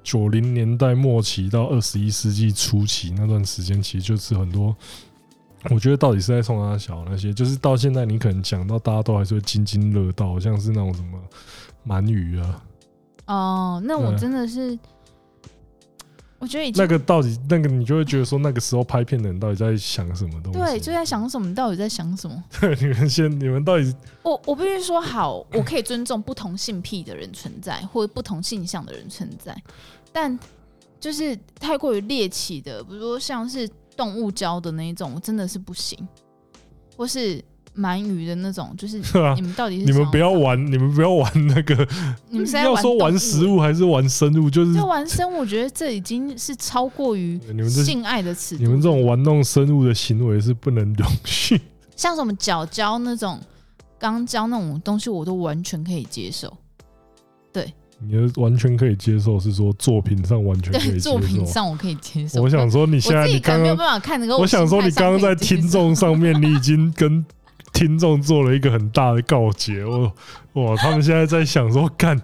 Speaker 1: 九零年代末期到二十一世纪初期那段时间，其实就是很多。我觉得到底是在冲他小那些，就是到现在你可能讲到大家都还是会津津乐道，像是那种什么鳗鱼 啊，
Speaker 2: 哦、那我
Speaker 1: 对
Speaker 2: 真的是，我觉得已经
Speaker 1: 那个到底那个你就会觉得说那个时候拍片的人到底在想什么东西？
Speaker 2: 对，就在想什么，到底在想什么？
Speaker 1: 对 你们先你们到底
Speaker 2: 我我必须说好，我可以尊重不同性癖的人存在，或者不同性向的人存在，但就是太过于猎奇的，比如说像是动物胶的那一种，我真的是不行，或是鳗鱼的那种，就是你们到底是
Speaker 1: 啊你们
Speaker 2: 想
Speaker 1: 不要，玩，你们不要玩那个，
Speaker 2: 你们是在
Speaker 1: 要说玩食
Speaker 2: 物。
Speaker 1: 物还是玩生物，就是
Speaker 2: 就玩生物，我觉得这已经是超过于
Speaker 1: 你们这
Speaker 2: 性爱的 尺度。
Speaker 1: 你们这种玩弄生物的行为是不能容许。
Speaker 2: 像什么脚胶那种、肛胶那种东西，我都完全可以接受。
Speaker 1: 你的完全可以接受，是说作品上完全可以接
Speaker 2: 对，
Speaker 1: 受
Speaker 2: 作。品上我可以接受。
Speaker 1: 我想说，你现
Speaker 2: 我
Speaker 1: 在
Speaker 2: 自
Speaker 1: 你
Speaker 2: 己可能
Speaker 1: 刚
Speaker 2: 没有
Speaker 1: 刚，
Speaker 2: 办法看那个。
Speaker 1: 我想说，你刚刚在听众上面，你已经跟听众做了一个很大的告解。我哇，他们现在在想说，干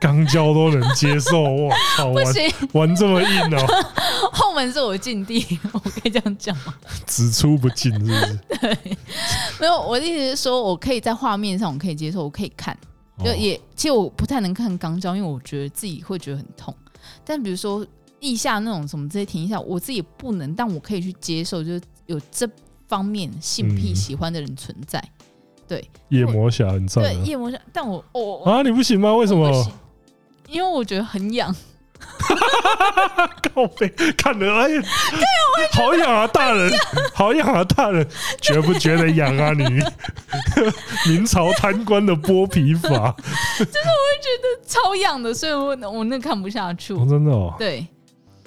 Speaker 1: 肛交都能接受，我操，
Speaker 2: 不
Speaker 1: 玩
Speaker 2: 行，
Speaker 1: 玩这么硬哦、
Speaker 2: 后门是我的禁地， 我可以这样讲吗？
Speaker 1: 只出不进，是不是？
Speaker 2: 没有，我的意思是说，我可以在画面上我可以接受，我可以看，就
Speaker 1: 哦
Speaker 2: 也、其实我不太能看肛交，因为我觉得自己会觉得很痛。但比如说腋下那种什么这些停一下，我自己不能，但我可以去接受，就是有这方面性癖
Speaker 1: 嗯
Speaker 2: 喜欢的人存在。
Speaker 1: 夜魔侠很赞
Speaker 2: 对
Speaker 1: 啊
Speaker 2: 夜魔侠，但我我
Speaker 1: 啊！你不行吗？为什么
Speaker 2: 我不？行因为我觉得很痒，
Speaker 1: 靠背看得哎，好痒啊，大人，好痒啊，大人，觉不觉得痒啊？你 明朝贪官的剥皮法，
Speaker 2: 超痒的，所以我我那看不下去。
Speaker 1: 哦真的哦，
Speaker 2: 对，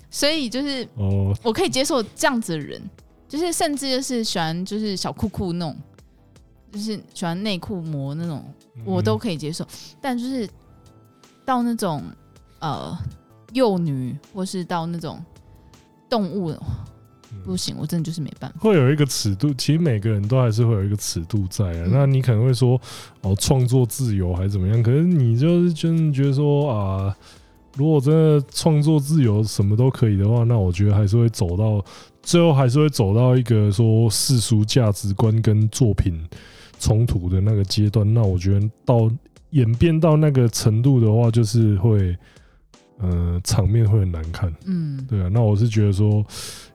Speaker 2: 所以就是
Speaker 1: 哦，
Speaker 2: 我可以接受这样子的人，就是甚至就是喜欢就是小裤裤弄，就是喜欢内裤磨那种，
Speaker 1: 嗯
Speaker 2: 我都可以接受。但就是到那种呃幼女，或是到那种动物，
Speaker 1: 嗯
Speaker 2: 不行，我真的就是没办法。
Speaker 1: 会有一个尺度，其实每个人都还是会有一个尺度在啊。
Speaker 2: 嗯
Speaker 1: 那你可能会说，哦，创作自由还是怎么样？可是你就是真的觉得说啊，如果真的创作自由什么都可以的话，那我觉得还是会走到最后，还是会走到一个说世俗价值观跟作品冲突的那个阶段。那我觉得到演变到那个程度的话，就是会，呃，场面会很难看。
Speaker 2: 嗯，
Speaker 1: 对啊，那我是觉得说，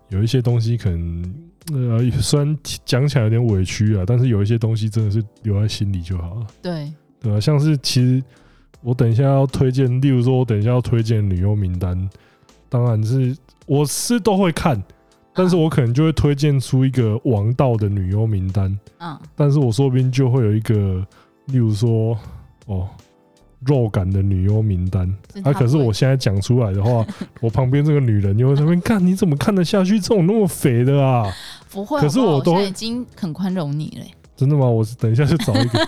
Speaker 1: 有一些东西可能，呃，虽然讲起来有点委屈啊，但是有一些东西真的是留在心里就好了，
Speaker 2: 对，
Speaker 1: 对啊，像是其实我等一下要推荐，例如说我等一下要推荐女优名单，当然是我是都会看，但是我可能就会推荐出一个王道的女优名单，
Speaker 2: 嗯，
Speaker 1: 但是我说不定就会有一个，例如说，哦，肉感的女优名单。啊，可是我现在讲出来的 话，我旁边这个女人又会在那边看，你怎么看得下去这种那么肥的啊？
Speaker 2: 不会，
Speaker 1: 可是
Speaker 2: 好不好
Speaker 1: 我都
Speaker 2: 现
Speaker 1: 会
Speaker 2: 在已经很宽容你了欸、
Speaker 1: 真的吗？我等一下就找一 个，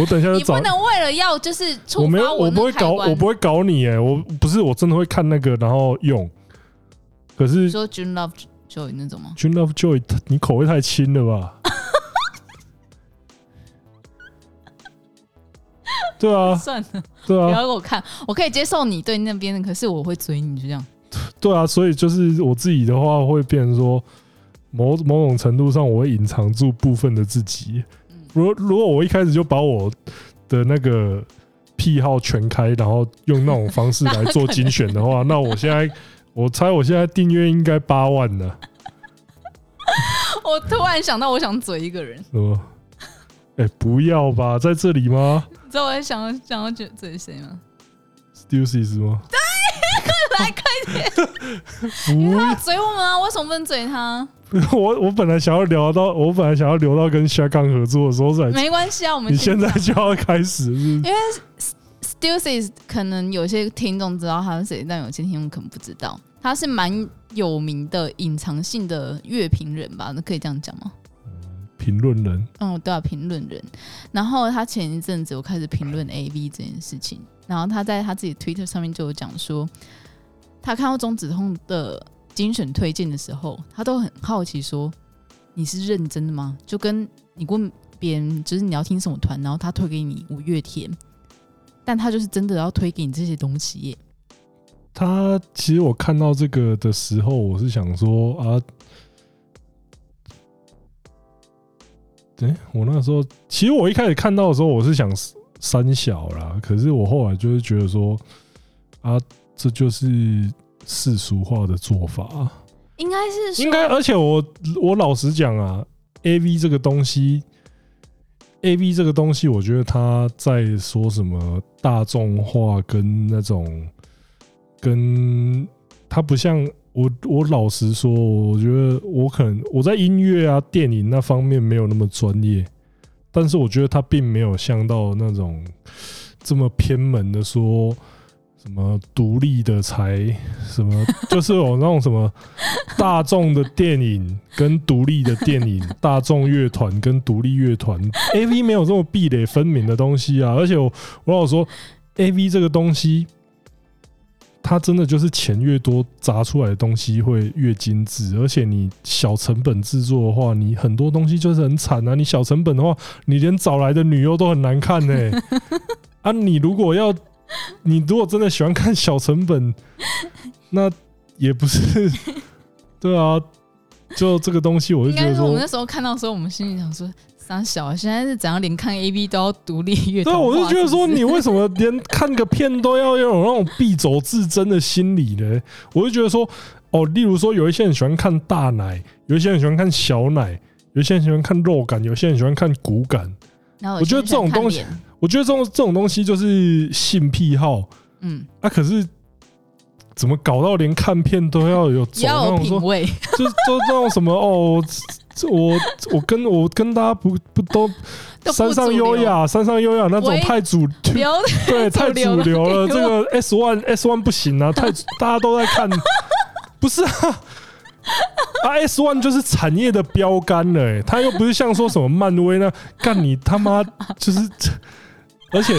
Speaker 1: 我等一下就
Speaker 2: 你不
Speaker 1: 找。
Speaker 2: 能为了要就是触
Speaker 1: 我没
Speaker 2: 发
Speaker 1: 有，我
Speaker 2: 那
Speaker 1: 不会
Speaker 2: 开
Speaker 1: 搞，
Speaker 2: 关
Speaker 1: 我不会搞你哎、我不是，我真的会看那个，然后用。可
Speaker 2: 你
Speaker 1: 是
Speaker 2: 说 June Love Joy 那种吗？
Speaker 1: June Love Joy，你口味太轻了 吧？对啊，
Speaker 2: 算了，
Speaker 1: 对
Speaker 2: 不
Speaker 1: 啊，
Speaker 2: 要给我看，我可以接受你对那边的，可是我会追你，就这样。
Speaker 1: 对啊，所以就是我自己的话，会变成说某某种程度上，我会隐藏住部分的自己。
Speaker 2: 嗯，
Speaker 1: 如果如果我一开始就把我的那个癖好全开，然后用那种方式来做精选的 话，那我现在我猜我现在订阅应该八万呢，
Speaker 2: 我突然想到，我想嘴一个人，
Speaker 1: 是 吗？哎、不要吧，在这里吗
Speaker 2: 你知道我在想想要嘴嘴谁吗？
Speaker 1: ？Stussy 吗？
Speaker 2: 来，快
Speaker 1: 不，
Speaker 2: 他嘴我们 啊！为什么不能嘴他？
Speaker 1: 我我本来想要聊到，我本来想要聊到跟虾杠合作的时候才，
Speaker 2: 没关 系啊，我们
Speaker 1: 你现在
Speaker 2: 讲
Speaker 1: 就要开始是不是？
Speaker 2: Stussy 可能有些听众知道他是谁，但有些听众可能不知道，他是蛮有名的隐藏性的乐评人吧？那可以这样讲吗？
Speaker 1: 评论人。
Speaker 2: 嗯，对啊，评论人。然后他前一阵子有开始评论 A V 这件事情，然后他在他自己 Twitter 上面就有讲说，他看到中子通的精选推荐的时候，他都很好奇说，你是认真的吗？就跟你问别人，就是你要听什么团，然后他推给你五月天，但他就是真的要推给你这些东西耶。
Speaker 1: 他其实我看到这个的时候，我是想说啊，对、我那时候其实我一开始看到的时候，我是想三小啦，可是我后来就是觉得说啊，这就是世俗化的做法啊，
Speaker 2: 应该是说
Speaker 1: 应该，而且我我老实讲啊，A V 这个东西，A V 这个东西，我觉得他在说什么大众化跟那种，跟他不像我，我老实说，我觉得我可能我在音乐啊、电影那方面没有那么专业，但是我觉得他并没有像到那种这么偏门的说。什么独立的才什么，就是有那种什么大众的电影跟独立的电影，大众乐团跟独立乐团，A V 没有这么壁垒分明的东西啊。而且我我老说，A V 这个东西，它真的就是钱越多砸出来的东西会越精致，而且你小成本制作的话，你很多东西就是很惨啊。你小成本的话，你连找来的女优都很难看 呢、啊，你如果要，你如果真的喜欢看小成本，那也不是， 对啊，就这个东西，我就
Speaker 2: 应
Speaker 1: 觉
Speaker 2: 该
Speaker 1: 得
Speaker 2: 是我
Speaker 1: 说
Speaker 2: 们那，时候看到的时候，我们心里想说，傻小啊，现在是怎样连看 A V 都要独立
Speaker 1: 对
Speaker 2: 乐团
Speaker 1: 啊，
Speaker 2: 化？
Speaker 1: 我就觉得说，
Speaker 2: 是不是
Speaker 1: 你为什么连看个片都要有那种敝帚自珍的心理呢？我就觉得说，哦，例如说有一些人喜欢看大奶，有一些人喜欢看小奶，有些人喜欢看肉感，有些人喜欢看骨感。
Speaker 2: 然后
Speaker 1: 我觉得
Speaker 2: 有些人
Speaker 1: 这种东西
Speaker 2: 喜欢看脸，
Speaker 1: 我觉得这种这种东西就是性癖好
Speaker 2: 嗯，
Speaker 1: 啊，可是怎么搞到连看片都要有走
Speaker 2: 也要
Speaker 1: 那
Speaker 2: 有
Speaker 1: 种
Speaker 2: 品
Speaker 1: 说，
Speaker 2: 味，
Speaker 1: 就是都那种什么哦，我我我跟我跟大家不不都
Speaker 2: 都不
Speaker 1: 山上
Speaker 2: 主
Speaker 1: 优
Speaker 2: 流
Speaker 1: 雅山上优雅那种
Speaker 2: 喂
Speaker 1: 太主
Speaker 2: 不要
Speaker 1: 对，太
Speaker 2: 太主
Speaker 1: 主
Speaker 2: 流
Speaker 1: 流了。
Speaker 2: 了
Speaker 1: 这个 S One S One 不行啊， 太大家都在看，不是啊。啊，S One 就是产业的标杆了、欸，它又不是像说什么漫威那干你他妈就是，而且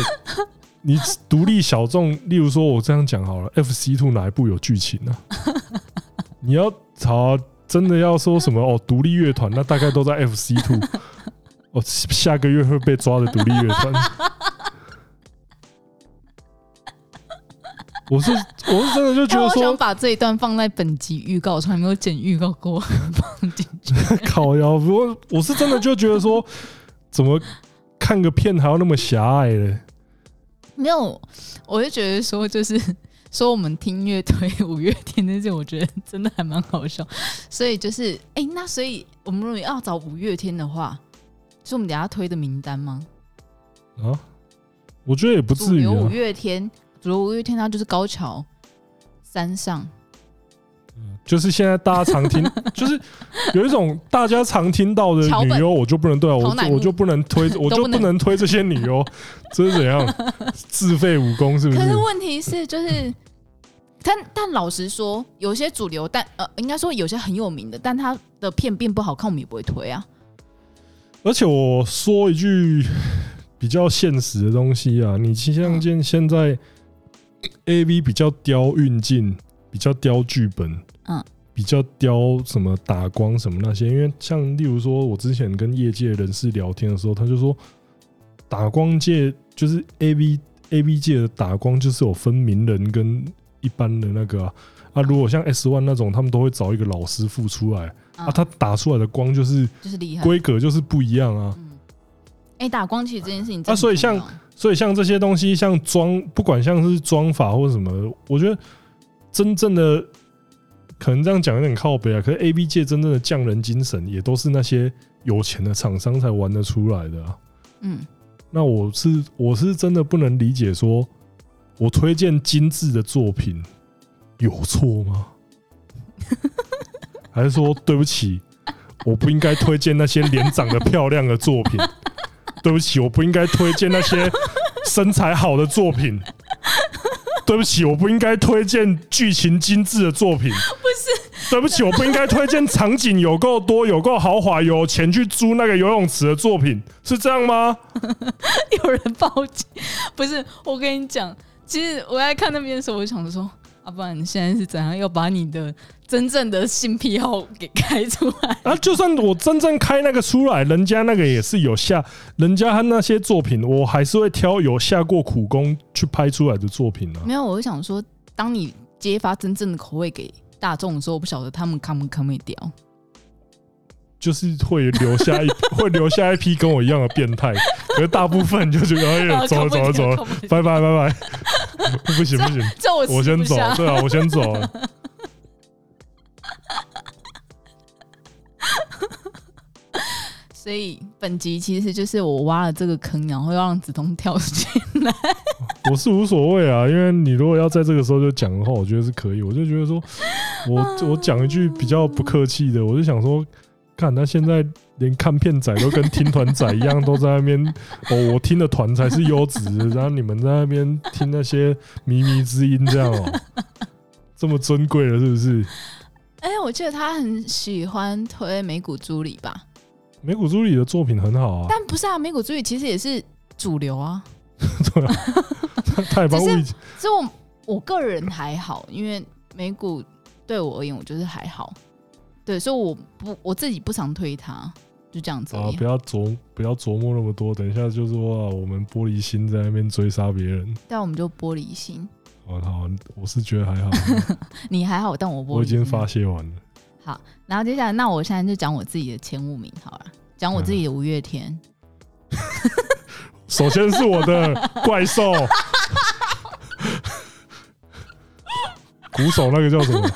Speaker 1: 你独立小众，例如说我这样讲好了，F C Two 哪一部有剧情 呢、啊？你要好、真的要说什么哦，独立乐团那大概都在 F C Two，哦，下个月会被抓的独立乐团。我是我是真的就觉
Speaker 2: 哎
Speaker 1: 得
Speaker 2: 我
Speaker 1: 说
Speaker 2: 想，把这一段放在本集预告，我从来没有剪预告过，放进去。
Speaker 1: 靠腰，不过我是真的就觉得说，怎么看个片还要那么狭隘嘞？
Speaker 2: 没有，我就觉得说，就是说我们听乐队五月天那些，我觉得真的还蛮好笑。所以就是，哎、那所以我们如果要找五月天的话，是我们等一下推的名单吗？
Speaker 1: 啊，我觉得也不
Speaker 2: 主
Speaker 1: 至于
Speaker 2: 流五
Speaker 1: 啊。
Speaker 2: 月天，主流五月天，它就是高桥、山上，
Speaker 1: 就是现在大家常 听，就是有一种大家常听到的
Speaker 2: 桥
Speaker 1: 女
Speaker 2: 本
Speaker 1: 优，我就不能对啊，我
Speaker 2: 陶乃
Speaker 1: 就
Speaker 2: 木
Speaker 1: 我就不能推，我就
Speaker 2: 都不
Speaker 1: 不
Speaker 2: 能
Speaker 1: 能推这些女优，这是怎样自废武功是不
Speaker 2: 可
Speaker 1: 是？
Speaker 2: 是问题是，就是，但但老实说，有些主流，但呃，应该说有些很有名的，但他的片并不好看，我们也不会推啊。
Speaker 1: 而且我说一句 比较现实的东西啊，你像
Speaker 2: 嗯
Speaker 1: 见现在 A V 比较雕运镜，比较雕剧本，
Speaker 2: 嗯，
Speaker 1: 比较雕什么打光什么那些，因为像例如说，我之前跟业界人士聊天的时候，他就说打光界就是 A V A V 界的打光就是有分名人跟一般的那个啊，啊如果像 S One 那种，他们都会找一个老师傅出来啊，
Speaker 2: 嗯
Speaker 1: 他打出来的光就是
Speaker 2: 就是厉害。
Speaker 1: 规格就是不一样啊。
Speaker 2: 嗯，哎、打光其实这件事情真的
Speaker 1: 啊所以
Speaker 2: 很重
Speaker 1: 像
Speaker 2: 要，
Speaker 1: 所以像这些东西，像装，不管像是装法或者什么，我觉得真正的可能这样讲有点靠北啊。可是 A B 界真正的匠人精神，也都是那些有钱的厂商才玩得出来的、啊。
Speaker 2: 嗯，
Speaker 1: 那我是我是真的不能理解说，我推荐精致的作品有错 吗？还是说对不起，我不应该推荐那些脸长得漂亮的作品？对不起，我不应该推荐那些身材好的作品。对不起，我不应该推荐剧情精致的作品。不是，对不起，我不应该推荐场景有够多、有够豪华、有钱去租那个游泳池的作品，是这样吗？
Speaker 2: 有人报警，不是我跟你讲，其实我在看那边的时候，我就想说，啊，不然你现在是怎样要把你的真正的性癖好给开出来？
Speaker 1: 啊，就算我真正开那个出来，人家那个也是有下，人家他那些作品，我还是会挑有下过苦功去拍出来的作品啊。
Speaker 2: 没有，我就想说，当你揭发真正的口味给大众的时候，我不晓得他们看不看没掉。
Speaker 1: 就是会留下 一会留下一批跟我一样的变态，可是大部分就觉得哎呀，
Speaker 2: 啊
Speaker 1: 走了走了走，了，
Speaker 2: 看不掉
Speaker 1: 拜拜拜拜， 不行 不行，
Speaker 2: 这我
Speaker 1: 我
Speaker 2: 吃
Speaker 1: 先
Speaker 2: 不
Speaker 1: 走
Speaker 2: 下，
Speaker 1: 对啊，我先走了。
Speaker 2: 所以本集其实就是我挖了这个坑，然后要让子通跳进来。
Speaker 1: 我是无所谓啊，因为你如果要在这个时候就讲的话，我觉得是可以。我就觉得说，我我讲一句比较不客气的，我就想说，看他现在连看片仔都跟听团仔一样，都在那边 哦，我听的团才是优质的，然后你们在那边听那些靡靡之音，这样哦、这么尊贵了是不是？
Speaker 2: 哎、我记得他很喜欢推美股朱莉吧？
Speaker 1: 美谷朱里的作品很好啊，
Speaker 2: 但不是啊，美股朱莉其实也是主流啊。
Speaker 1: 对啊，他 他也帮
Speaker 2: 只是
Speaker 1: 魏
Speaker 2: 所以我我个人还好，因为美股对我而言，我就是还好。对，所以我不我自己不常推它，就这样子而
Speaker 1: 啊
Speaker 2: 已。，
Speaker 1: 不要琢不要琢磨那么多，等一下就说、啊、我们玻璃心在那边追杀别人。
Speaker 2: 但我们就玻璃心，
Speaker 1: 我哦好，我是觉得还好，
Speaker 2: 你还好， 但我玻璃心。
Speaker 1: 我已经发泄完了。
Speaker 2: 好，然后接下来，那我现在就讲我自己的前五名好了，讲我自己的五月天。
Speaker 1: 首先是我的怪兽，鼓手那个叫什么？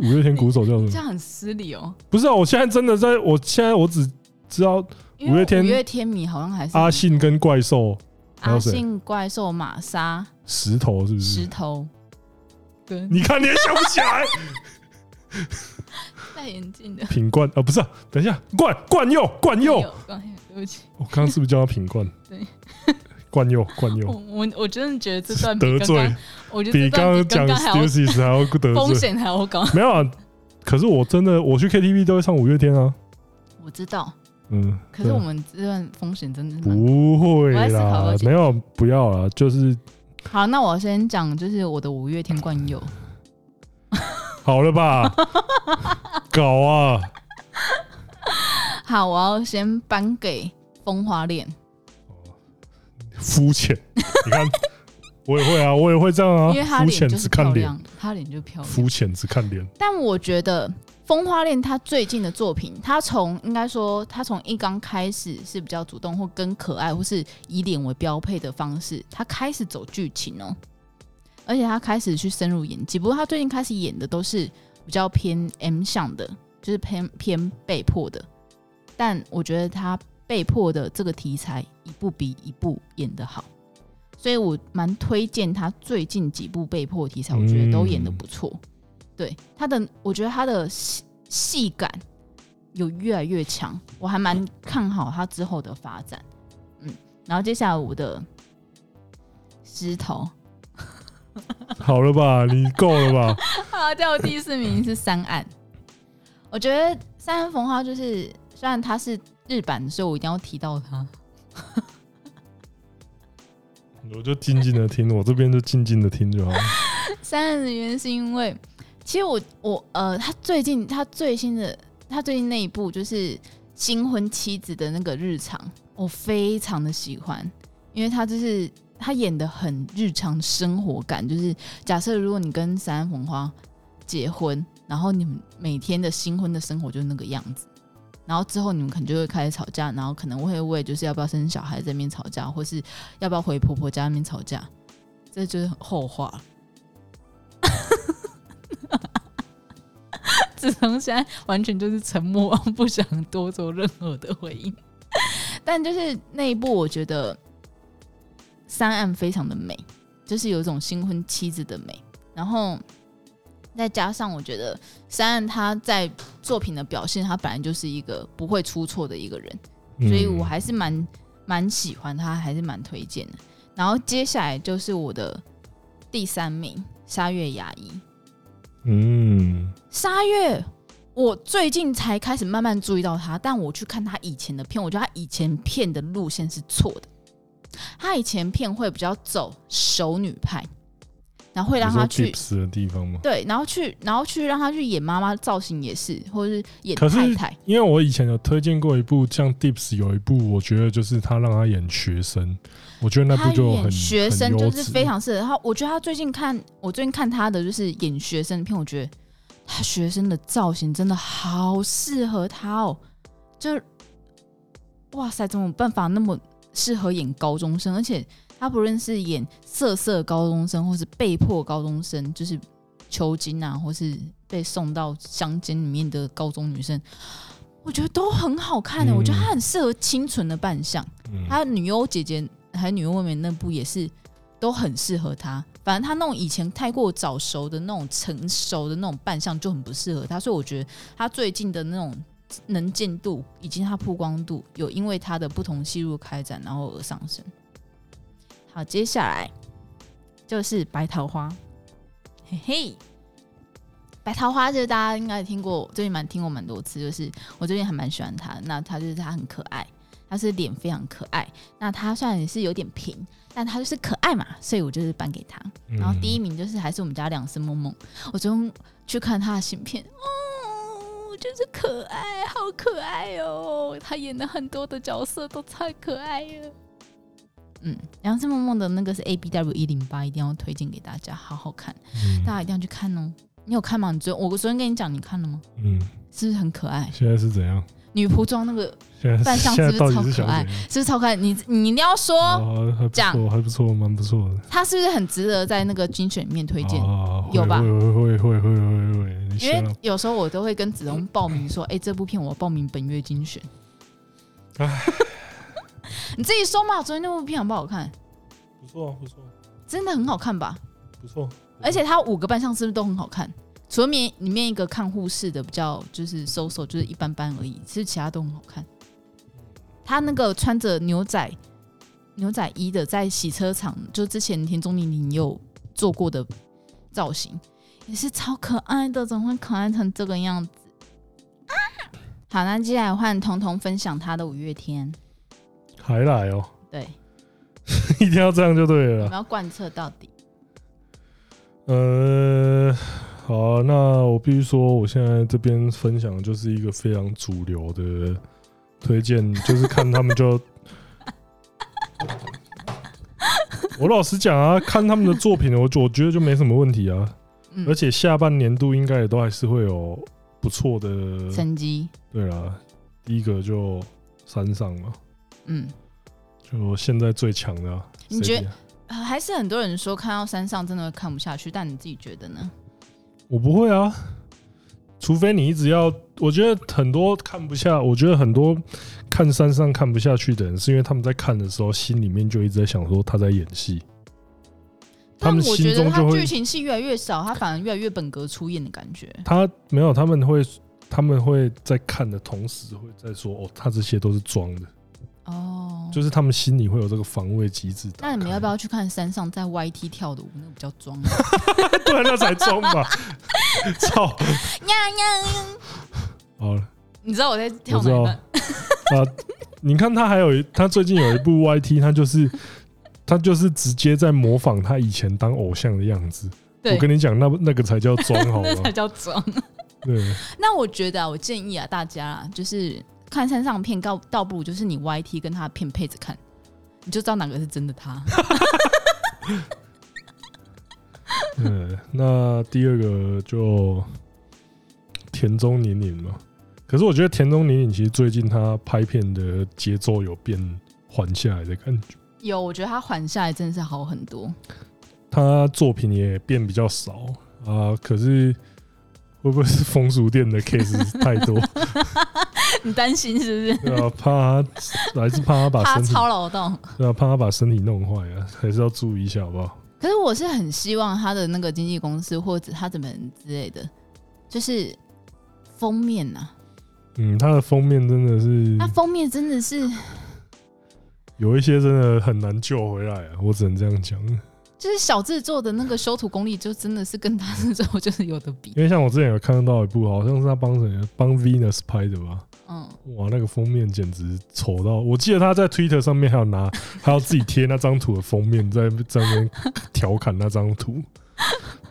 Speaker 1: 五月天鼓手叫什么？
Speaker 2: 这样很失礼哦。
Speaker 1: 不是啊，我现在真的在，我现在我只知道
Speaker 2: 因为
Speaker 1: 五月天
Speaker 2: 五月天迷好像还是
Speaker 1: 阿信跟怪兽还有
Speaker 2: 阿
Speaker 1: 谁
Speaker 2: 信、怪兽、玛莎、
Speaker 1: 石头是不
Speaker 2: 石
Speaker 1: 是？
Speaker 2: 头，跟
Speaker 1: 你看你也想不起 来，
Speaker 2: 戴眼镜的
Speaker 1: 品冠啊，不是啊，等一下，冠冠佑，冠佑，
Speaker 2: 有刚才对不起，
Speaker 1: 我刚刚是不是叫他品冠？
Speaker 2: 对，
Speaker 1: 冠佑，冠
Speaker 2: 我
Speaker 1: 佑，
Speaker 2: 我我真的觉得这段比
Speaker 1: 得
Speaker 2: 刚刚
Speaker 1: 罪，
Speaker 2: 我 觉
Speaker 1: 比
Speaker 2: 得这
Speaker 1: 刚刚
Speaker 2: 段比刚
Speaker 1: 讲
Speaker 2: 刚还要
Speaker 1: Stussy 还要得
Speaker 2: 风
Speaker 1: 罪。
Speaker 2: 险还要高。
Speaker 1: 没有啊，可是我真的，我去 KTV 都会唱五月天啊。
Speaker 2: 我知道，
Speaker 1: 嗯，
Speaker 2: 可是
Speaker 1: 对
Speaker 2: 我们这段风险真的是蛮
Speaker 1: 不会
Speaker 2: 我在思考
Speaker 1: 啦
Speaker 2: 多，久
Speaker 1: 没有，不要啦，就是
Speaker 2: 好。那我先讲，就是我的五月天冠佑，
Speaker 1: 好了 吧，搞啊，
Speaker 2: 好，我要先颁给风花恋。
Speaker 1: 肤浅，你看，我也会啊，我也会这样啊
Speaker 2: 因为，她
Speaker 1: 肤浅
Speaker 2: 脸就
Speaker 1: 只
Speaker 2: 是漂
Speaker 1: 看脸，
Speaker 2: 亮，她脸就漂亮。
Speaker 1: 肤浅只看脸，
Speaker 2: 但我觉得《风花恋》她最近的作品，她从应该说她从一刚开始是比较主动或跟可爱或是以脸为标配的方式，她开始走剧情哦，而且她开始去深入演技。不过她最近开始演的都是比较偏 M 向的，就是偏偏被迫的。但我觉得她被迫的这个题材一部比一部演得好。所以我蛮推荐她最近几部被迫题材，我觉得都演得不错。对他的，我觉得他的戏戏感有越来越强，我还蛮看好他之后的发展。嗯，然后接下来我的石头，
Speaker 1: 好了吧，你够了吧，
Speaker 2: 好，在我第四名是三岸。我觉得三岸冯花就是，虽然他是日版，所以我一定要提到他。
Speaker 1: 我就静静的听，我这边就静静的听就好了。
Speaker 2: 三岸的原因是因为，其实我我呃，他最近他最新的他最近那一部就是新婚妻子的那个日常，我非常的喜欢，因为他就是他演的很日常生活感，就是假设如果你跟三岸红花结婚，然后你们每天的新婚的生活就是那个样子。然后之后你们可能就会开始吵架，然后可能会为就是要不要生小孩这边吵架，或是要不要回婆婆家那边吵架，这就是后话了。自从现在完全就是沉默， 不想多做任何的回应。 但就是那一部，我觉得三岸非常的美，就是有一种新婚妻子的美。然后再加上，我觉得三岸他在作品的表现，他本来就是一个不会出错的一个人。所以
Speaker 1: 嗯
Speaker 2: 我还是蛮蛮喜欢他，还是蛮推荐的。然后接下来就是我的第三名沙月牙医。
Speaker 1: 嗯，
Speaker 2: 沙月，我最近才开始慢慢注意到他，但我去看他以前的片，我觉得他以前片的路线是错的。他以前片会比较走熟女派，然后会让
Speaker 1: 你说
Speaker 2: 他去
Speaker 1: Gibbs 的地方吗？
Speaker 2: 对，然后去然后去让他去演妈妈，造型也是，或者是演
Speaker 1: 可是
Speaker 2: 太太。
Speaker 1: 因为我以前有推荐过一部，像 Dips 有一部，我觉得就是他让他演学生，我觉得那
Speaker 2: 他
Speaker 1: 部就很
Speaker 2: 演学生
Speaker 1: 很优
Speaker 2: 就是
Speaker 1: 质
Speaker 2: 非常适合他。我觉得他最近看，我最近看他的就是演学生的片，我觉得他学生的造型真的好适合他哦。就哇塞，怎么有办法那么适合演高中生？而且他不论是演色色高中生，或是被迫高中生，就是囚禁啊，或是被送到乡间里面的高中女生，我觉得都很好看的、
Speaker 1: 嗯
Speaker 2: 我觉得他很适合清纯的扮相。
Speaker 1: 嗯
Speaker 2: 还有女优姐姐，还有女优妹妹那部也是都很适合她。反正她那种以前太过早熟的那种成熟的那种扮相就很不适合她，所以我觉得她最近的那种能见度以及她曝光度，有因为她的不同戏路开展然后而上升。好，接下来就是白桃花，嘿嘿。白桃花就是大家应该也听过，最近蛮听过蛮多次，就是我最近还蛮喜欢她。那她就是她很可爱，她是脸非常可爱。那她虽然也是有点平，但她就是可爱嘛，所以我就是颁给她。然后
Speaker 1: 嗯
Speaker 2: 第一名就是还是我们家两声梦梦，我昨天去看她的新片，哦，就是可爱，好可爱哦！她演的很多的角色都太可爱了。嗯，两声梦梦的那个是 A B W 一零八，一定要推荐给大家，好好看，
Speaker 1: 嗯
Speaker 2: 大家一定要去看哦。你有看吗？你昨我昨天跟你讲，你看了吗？
Speaker 1: 嗯，
Speaker 2: 是不是很可爱？
Speaker 1: 现在是怎样？
Speaker 2: 女仆装那个
Speaker 1: 现在
Speaker 2: 扮相
Speaker 1: 现
Speaker 2: 是不
Speaker 1: 在
Speaker 2: 是
Speaker 1: 到
Speaker 2: 超
Speaker 1: 底是想
Speaker 2: 可爱
Speaker 1: 怎样？
Speaker 2: 是不是超可爱？你你一定要说，
Speaker 1: 哦，还不
Speaker 2: 讲
Speaker 1: 错，还不错，蛮不错的。
Speaker 2: 它是不是很值得在那个精选里面推荐？
Speaker 1: 啊，会
Speaker 2: 有吧
Speaker 1: 会会会会会会会，你一
Speaker 2: 因
Speaker 1: 下
Speaker 2: 为有时候我都会跟子龙报名说，哎、这部片我报名本月精选。
Speaker 1: 唉
Speaker 2: 你自己说嘛，昨天那部片好不好看？
Speaker 1: 不错啊，不错啊，
Speaker 2: 真的很好看吧？
Speaker 1: 不错。
Speaker 2: 而且它五个扮相是不是都很好看？除了面里面一个看护士的比较就是收手，就是一般般而已，其实其他都很好看。他那个穿着牛仔牛仔衣的，在洗车场，就之前田中玲玲有做过的造型，也是超可爱的，怎么会可爱成这个样子？啊、好，那接下来换彤彤分享她的五月天，
Speaker 1: 还来哦，
Speaker 2: 对，
Speaker 1: 一定要这样就对啊
Speaker 2: 我
Speaker 1: 了
Speaker 2: 们
Speaker 1: 啦。
Speaker 2: 要贯彻到底。
Speaker 1: 呃，好啊、那我必须说，我现在这边分享的就是一个非常主流的推荐，就是看他们 就。我老实讲啊，看他们的作品，我我觉得就没什么问题啊。
Speaker 2: 嗯
Speaker 1: 而，且下半年度应该也都还是会有不错的。
Speaker 2: 成绩，
Speaker 1: 对啦，第一个就山上嘛，
Speaker 2: 嗯。
Speaker 1: 就现在最强的啊、
Speaker 2: 你觉得
Speaker 1: 谁比啊？
Speaker 2: 呃还是很多人说看到山上真的会看不下去，但你自己觉得呢？
Speaker 1: 我不会啊，除非你一直要。我觉得很多看不下，我觉得很多看山上看不下去的人，是因为他们在看的时候，心里面就一直在想说他在演戏。他
Speaker 2: 但
Speaker 1: 们
Speaker 2: 我觉
Speaker 1: 心
Speaker 2: 得
Speaker 1: 中
Speaker 2: 它
Speaker 1: 就会
Speaker 2: 剧情戏越来越少，它反而越来越本格出演的感觉。
Speaker 1: 他没有，他们会他们会在看的同时会在说哦，他这些都是装的，
Speaker 2: 哦，
Speaker 1: 就是他们心里会有这个防卫机 制。
Speaker 2: 那你们要不要去看山上在 YT 跳的舞？ 那个比较装。
Speaker 1: 不然那才装吧？ 操！
Speaker 2: 呀呀，
Speaker 1: 好了。
Speaker 2: 你知道我在
Speaker 1: 我
Speaker 2: 跳
Speaker 1: 知
Speaker 2: 哪一
Speaker 1: 道
Speaker 2: 段？
Speaker 1: 啊，你看他还有一，他最近有一部 YT，他就是他就是直接在模仿他以前当偶像的样子。
Speaker 2: 对
Speaker 1: 我跟你讲，那那个才叫装好
Speaker 2: 那 才
Speaker 1: 吗？
Speaker 2: 叫装。
Speaker 1: 对，
Speaker 2: 那我觉得啊，我建议啊，大家啊，就是看山上片，告倒不如就是你 YT 跟他的片配着看，你就知道哪个是真的他。
Speaker 1: 嗯，那第二个就田中宁宁嘛。可是我觉得田中宁宁其实最近他拍片的节奏有变缓下来的感觉，
Speaker 2: 有，我觉得他缓下来真的是好很多。
Speaker 1: 他作品也变比较少啊。可是会不会是风俗店的 case 太多？
Speaker 2: 你担心是不是？
Speaker 1: 对啊，怕他还是怕他把
Speaker 2: 他
Speaker 1: 身体，
Speaker 2: 超劳动。
Speaker 1: 对啊，怕他把身体弄坏啊， 还是要注意一下，好不好？
Speaker 2: 可是我是很希望他的那个经纪公司或者他怎么之类的，就是封面呐、
Speaker 1: 嗯，他的封面真的
Speaker 2: 他
Speaker 1: 是
Speaker 2: 封面真的是，
Speaker 1: 有一些真的很难救回来啊，我只能这样讲。
Speaker 2: 就是小制作的那个修图功力，就真的是跟他制作就是有的 比。
Speaker 1: 因为像我之前有看到一部，好像是他帮谁帮 Venus 拍的吧？
Speaker 2: 嗯，
Speaker 1: 哇，那个封面简直丑到！我记得他在 Twitter 上面还有拿， 还要自己贴那张图的封面，在在那边调侃那张图。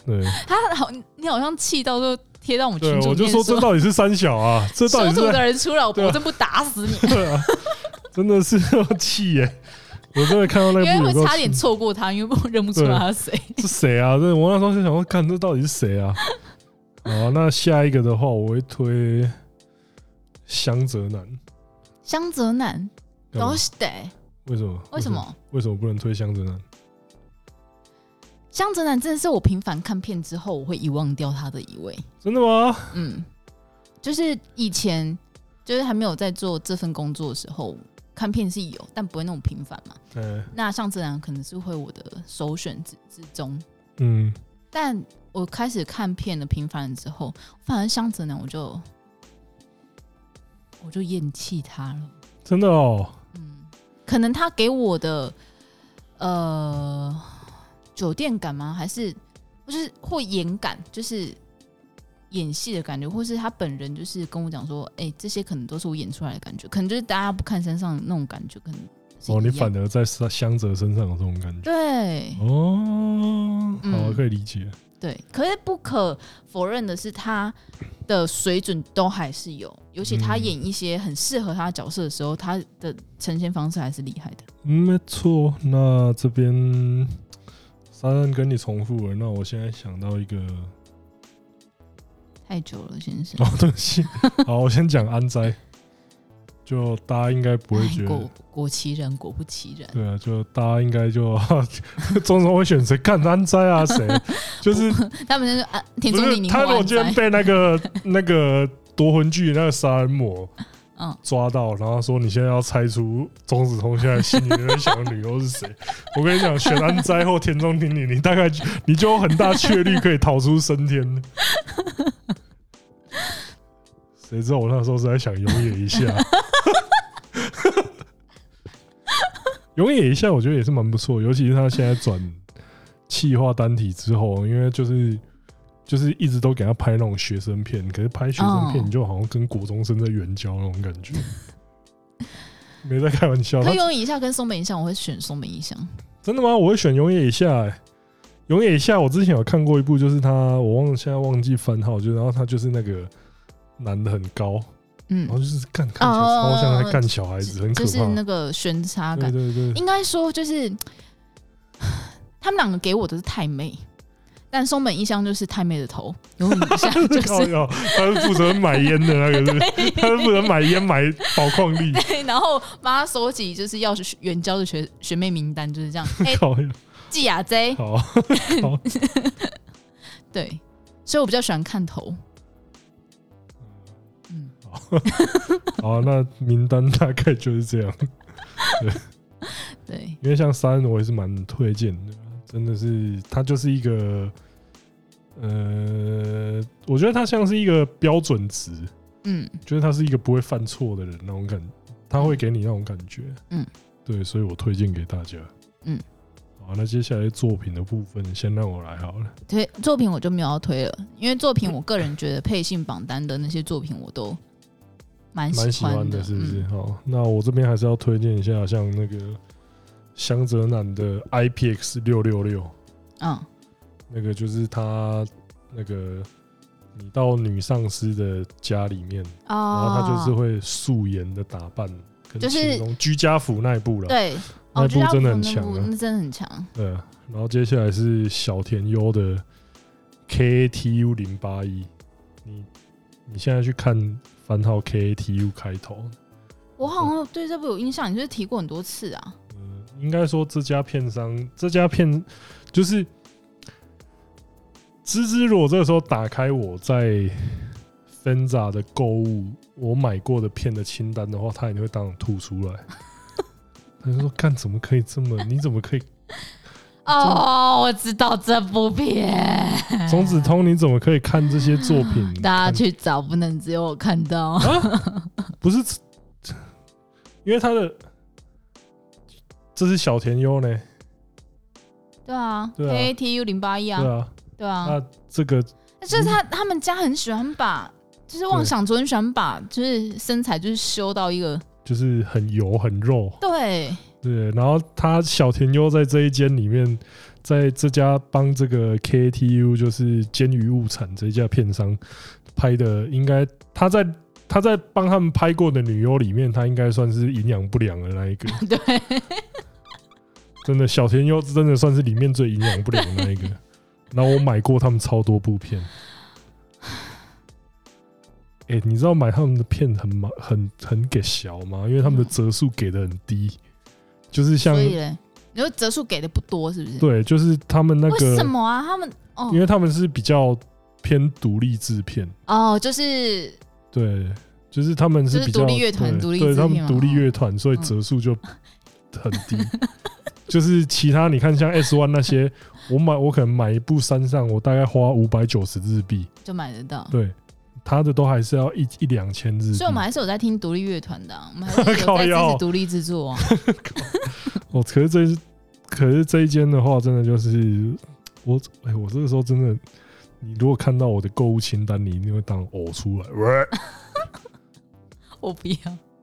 Speaker 1: 对，
Speaker 2: 他好，你好像气到就贴到我们群
Speaker 1: 对，
Speaker 2: 主
Speaker 1: 我
Speaker 2: 里
Speaker 1: 就
Speaker 2: 面
Speaker 1: 说这到底是三小啊，这到底
Speaker 2: 修
Speaker 1: 是
Speaker 2: 图
Speaker 1: 在
Speaker 2: 的人出来，我
Speaker 1: 对啊
Speaker 2: 我真不打死你，
Speaker 1: 对啊，真的是要气耶！我真的看到那
Speaker 2: 因
Speaker 1: 部
Speaker 2: 为
Speaker 1: 有
Speaker 2: 会
Speaker 1: 够
Speaker 2: 差点
Speaker 1: 气
Speaker 2: 错 过他，因为我认不出来他是谁。
Speaker 1: 是谁啊？这我那时候就想说，看这到底是谁啊？好啊，那下一个的话，我会推香泽男。
Speaker 2: 香泽南，
Speaker 1: 干嘛
Speaker 2: 都是得，
Speaker 1: 为什么？
Speaker 2: 为什？么？
Speaker 1: 为什么不能推香泽男？
Speaker 2: 香泽南真的是我频繁看片之后，我会遗忘掉他的一位。
Speaker 1: 真的吗？
Speaker 2: 嗯，就是以前就是还没有在做这份工作的时候，看片是有，但不会那么频繁嘛。
Speaker 1: 哎，
Speaker 2: 那像这两可能是会我的首选之之中，
Speaker 1: 嗯，
Speaker 2: 但我开始看片的频繁了之后，反而像这呢，我就我就厌弃他了。
Speaker 1: 真的哦。
Speaker 2: 嗯，可能他给我的呃酒店感吗？还是就是或演感，就是演戏的感觉，或是他本人就是跟我讲说，哎、这些可能都是我演出来的感觉，可能就是大家不看身上的那种感觉，可能是
Speaker 1: 哦，你
Speaker 2: 一样
Speaker 1: 反而在香香泽身上有这种感觉。
Speaker 2: 对
Speaker 1: 哦，好，
Speaker 2: 嗯
Speaker 1: 可以理解。
Speaker 2: 对，可是不可否认的是，他的水准都还是有，尤其他
Speaker 1: 嗯
Speaker 2: 演一些很适合他的角色的时候，他的呈现方式还是厉害的。
Speaker 1: 嗯，没错。那这边三三跟你重复了，那我现在想到一个，
Speaker 2: 太久了，先生
Speaker 1: 哦，对不起，好，我先讲安斋。就大家应该不会觉
Speaker 2: 哎果
Speaker 1: 得，
Speaker 2: 果其人，果不其 人。
Speaker 1: 对啊，就大家应该就 中中会选谁干安灾啊谁，就是
Speaker 2: 他们就说啊，田
Speaker 1: 不
Speaker 2: 中
Speaker 1: 是
Speaker 2: 鼎宁
Speaker 1: 他如果
Speaker 2: 万
Speaker 1: 今天
Speaker 2: 载，
Speaker 1: 被那个那个夺魂锯那个杀人魔
Speaker 2: 嗯，
Speaker 1: 抓到，然后说你现在要猜出钟子通现在心里面想的女优是谁，我跟你讲，选安灾后田中鼎鼎，你大概就你就有很大确率可以逃出升天。谁知道我那时候是在想永野一下， 永野一下，我觉得也是蛮不错，尤其是他现在转气化单体之后，因为就是就是一直都给他拍那种学生片，可是拍学生片
Speaker 2: 嗯
Speaker 1: 你就好像跟国中生在援交那种感觉，没在开玩笑。他
Speaker 2: 可有以下跟松本一向，我会选松本一向。
Speaker 1: 真的吗？我会选永野一下、欸。永野一下，我之前有看过一部，就是他，我忘了现在忘记番号，就然后他就是那个男的很高，
Speaker 2: 嗯
Speaker 1: 然后，就是干看起来超像在干小孩子，很可
Speaker 2: 就是
Speaker 1: 怕。
Speaker 2: 那个悬差
Speaker 1: 对
Speaker 2: 感。
Speaker 1: 对对，
Speaker 2: 应该说就是他们两个给我的是太妹，但松本一香就是太妹的头，永远一下 就
Speaker 1: 靠
Speaker 2: 是。
Speaker 1: 腰，他是负责买烟的那个，是不是他是负责买烟买宝矿力，
Speaker 2: 对，然后帮他收集就是要学援交的学学妹名单，就 是这样。哎、
Speaker 1: 靠腰，
Speaker 2: 季雅 J，
Speaker 1: 好，
Speaker 2: 对，所以我比较喜欢看头。嗯，
Speaker 1: 好，那名单大概就是这样。
Speaker 2: 对，
Speaker 1: 因为像三，我也是蛮推荐的，真的是它就是一个，呃，我觉得它像是一个标准值，
Speaker 2: 嗯，
Speaker 1: 就是他是一个不会犯错的人那种感，他会给你那种感觉，
Speaker 2: 嗯，
Speaker 1: 对，所以我推荐给大家，
Speaker 2: 嗯，
Speaker 1: 好，那接下来作品的部分，先让我来好了，
Speaker 2: 推作品我就没有要推了，因为 作品我个人觉得配信榜单的那些作品我都蛮
Speaker 1: 蛮喜
Speaker 2: 喜欢
Speaker 1: 欢的，是不是？
Speaker 2: 嗯
Speaker 1: 好，那我这边还是要推荐一下，像那个香泽南的 IPX 六六六，
Speaker 2: 嗯
Speaker 1: 那个就是他那个你到女上司的家里面，然后
Speaker 2: 哦，
Speaker 1: 他就是会素颜的打扮，跟
Speaker 2: 就是
Speaker 1: 轻松居家服那一部了，
Speaker 2: 对，
Speaker 1: 那
Speaker 2: 哦
Speaker 1: 一
Speaker 2: 就
Speaker 1: 部
Speaker 2: 是
Speaker 1: 真的
Speaker 2: 要
Speaker 1: 很
Speaker 2: 那
Speaker 1: 强
Speaker 2: 部
Speaker 1: 啊，
Speaker 2: 那真的很强。
Speaker 1: 对啊。然后接下来是小田优的 KATU 零八一，你你现在去看番号 KATU 开头，
Speaker 2: 我好像对这部有印象，你就是提过很多次啊。
Speaker 1: 嗯，应该说这家片商，这家片就是芝芝。如果这个时候打开我在 Fenza 的购物我买过的片的清单的话，他一定会当场吐出 来。他就说：“干，怎么可以这么？你怎么可 以？
Speaker 2: 哦，我知道这部片，
Speaker 1: 钟子通，你怎么可以看这些作品？
Speaker 2: 大家
Speaker 1: 看
Speaker 2: 去找，不能只有我看 到。
Speaker 1: 不是，因为他的这是小田优呢，
Speaker 2: 对啊
Speaker 1: 对啊
Speaker 2: ，K A T U 零八一啊
Speaker 1: 对，啊，
Speaker 2: 对啊，
Speaker 1: 那这个
Speaker 2: 就是他他们家很喜欢把，就是妄想族很喜欢把，就是身材就是修到一个
Speaker 1: 就是很油很肉，
Speaker 2: 对，
Speaker 1: 对，然后他小田优在这一间里面，在这家帮这个 KTU 就是煎鱼物产这家片商拍的，应该他在他在帮他们拍过的女优里面，他应该算是营养不良的那一个。
Speaker 2: 对，
Speaker 1: 真的，小田优真的算是里面最营养不良的那一个。 然后我买过他们超多部片。哎、你知道买他们的片很麻很很给小吗？因为他们的折数给的很低，就是像
Speaker 2: 所以嘞，你说折数给的不多是不是？
Speaker 1: 对，就是他们那
Speaker 2: 为什
Speaker 1: 个，
Speaker 2: 么啊？他们哦
Speaker 1: 因为他们是比较偏独立制片，
Speaker 2: 哦，就是
Speaker 1: 对，就是他们
Speaker 2: 就是
Speaker 1: 比
Speaker 2: 独
Speaker 1: 较
Speaker 2: 立乐团
Speaker 1: 对
Speaker 2: 独立
Speaker 1: 对
Speaker 2: 制
Speaker 1: 他
Speaker 2: 片
Speaker 1: 们
Speaker 2: 嘛
Speaker 1: 独立
Speaker 2: 哦
Speaker 1: 乐团，所以
Speaker 2: 嗯
Speaker 1: 折数就很 低。就是其他你看像 S One 那些，我买我可能买一部山上，我大概花五百九十日币，
Speaker 2: 就买得到。
Speaker 1: 对，他的都还是要一一两千日币
Speaker 2: 所以，我们还是有在听独立乐团的啊、我们还是有
Speaker 1: 靠
Speaker 2: 在支
Speaker 1: 腰
Speaker 2: 持独立制 作、啊。
Speaker 1: 哦，可是这一可是这一间的话，真的就是我哎、我这个时候真的，你如果看到我的购物清单，你一定会当呕出来。 喂
Speaker 2: 我不要。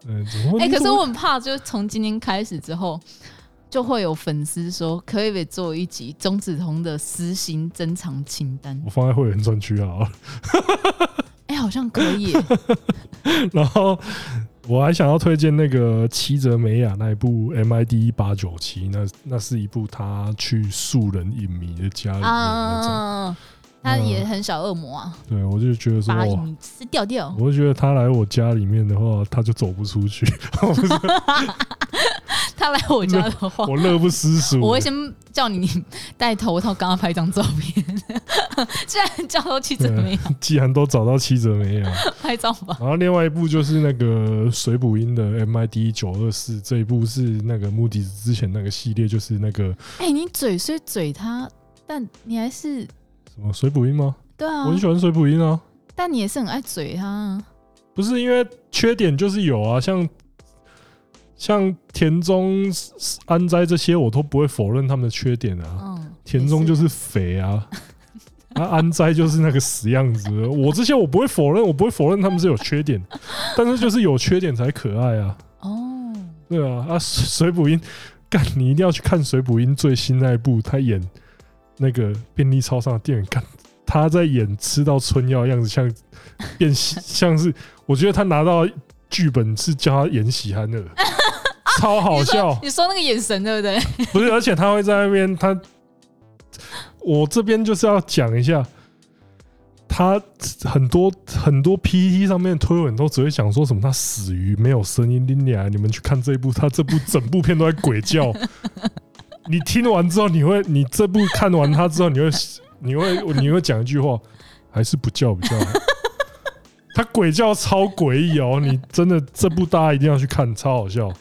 Speaker 1: 嗯，怎么会
Speaker 2: 哎、可
Speaker 1: 你
Speaker 2: 是
Speaker 1: 怎么
Speaker 2: 我很怕，就是从今天开始之后，就会有粉丝说，可不可以做一集钟子彤的私心珍藏清单
Speaker 1: 我？放在会员专区啊好了。
Speaker 2: 哎、好像可以 耶、
Speaker 1: 然后我还想要推荐那个七泽美雅那一部 MID 八九哎七，那那是一部他去素人影迷的家里面那种，
Speaker 2: 啊，他也很小恶魔啊，
Speaker 1: 对我就觉得嗯说，嗯
Speaker 2: 把
Speaker 1: 哇
Speaker 2: 你吃掉掉。
Speaker 1: 我就觉得他来我家里面的话，他就走不出去，
Speaker 2: 他来我家的话，
Speaker 1: 我乐不思蜀。
Speaker 2: 哦 我会先叫你戴头套，刚刚拍张照片。 既然叫都去怎么样，
Speaker 1: 既然都找到七折没有，
Speaker 2: 拍照吧。
Speaker 1: 然后另外一部就是那个水补音的 MID 九二四，这一部是那个穆迪之前那个系列，就是那个
Speaker 2: 哎、你嘴虽嘴他，但你还是
Speaker 1: 什么水补音吗？
Speaker 2: 对啊
Speaker 1: 我，很喜欢水补音啊，
Speaker 2: 但你也是很爱嘴他、啊。
Speaker 1: 不是因为缺点就是有啊，像像田中安斋这些，我都不会否认他们的缺点啊。
Speaker 2: 嗯，
Speaker 1: 田中就是肥啊，啊安斋就是那个死样子。我这些我不会否认，我不会否认他们是有缺点，但是就是有缺点才可爱啊。
Speaker 2: 哦，
Speaker 1: 对啊，啊水水补音，干你一定要去看水补音最新那一部，他演那个便利超商的店员，干他在演吃到春药的样子，像变 像是，我觉得他拿到剧本是叫他演喜憨儿，超好
Speaker 2: 你说
Speaker 1: 笑。
Speaker 2: 你说那个眼神对不对？
Speaker 1: 不是，而且他会在那边，他我这边就是要讲一下，他很多很多 PPT 上面的推文都只会讲说什么他死鱼没有声音，你俩你们去看这一部，他这部整部片都在鬼叫。 你听完之后，你会，你这部看完他之后，你会，你会，你会讲一句话，还是不叫比较好。 他鬼叫超诡异哦，你真的这部大家一定要去看，超好笑。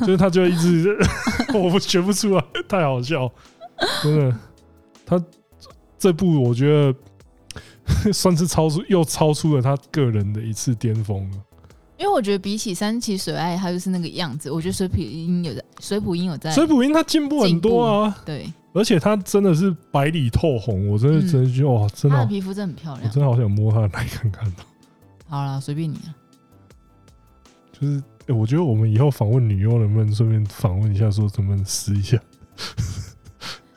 Speaker 1: 就是他就一直 我不学不出来，太好笑，真的。他这部我觉得 算是超出又超出了他个人的一次巅峰了。
Speaker 2: 因为我觉得比起三崎水爱，他就是那个样子。我觉得水普音有在，水普音有在，
Speaker 1: 所以补音他进步很多啊，
Speaker 2: 对，
Speaker 1: 而且他真的是百里透红，我真的
Speaker 2: 嗯
Speaker 1: 真的觉得哇，真的
Speaker 2: 他的
Speaker 1: 好，
Speaker 2: 皮肤真的很漂
Speaker 1: 我
Speaker 2: 亮。
Speaker 1: 真的好想摸他的奶看看哦。
Speaker 2: 好啦，随便你啊了。
Speaker 1: 就是、欸我觉得我们以后访问女优能不能顺便访问一下，说能不能试一下？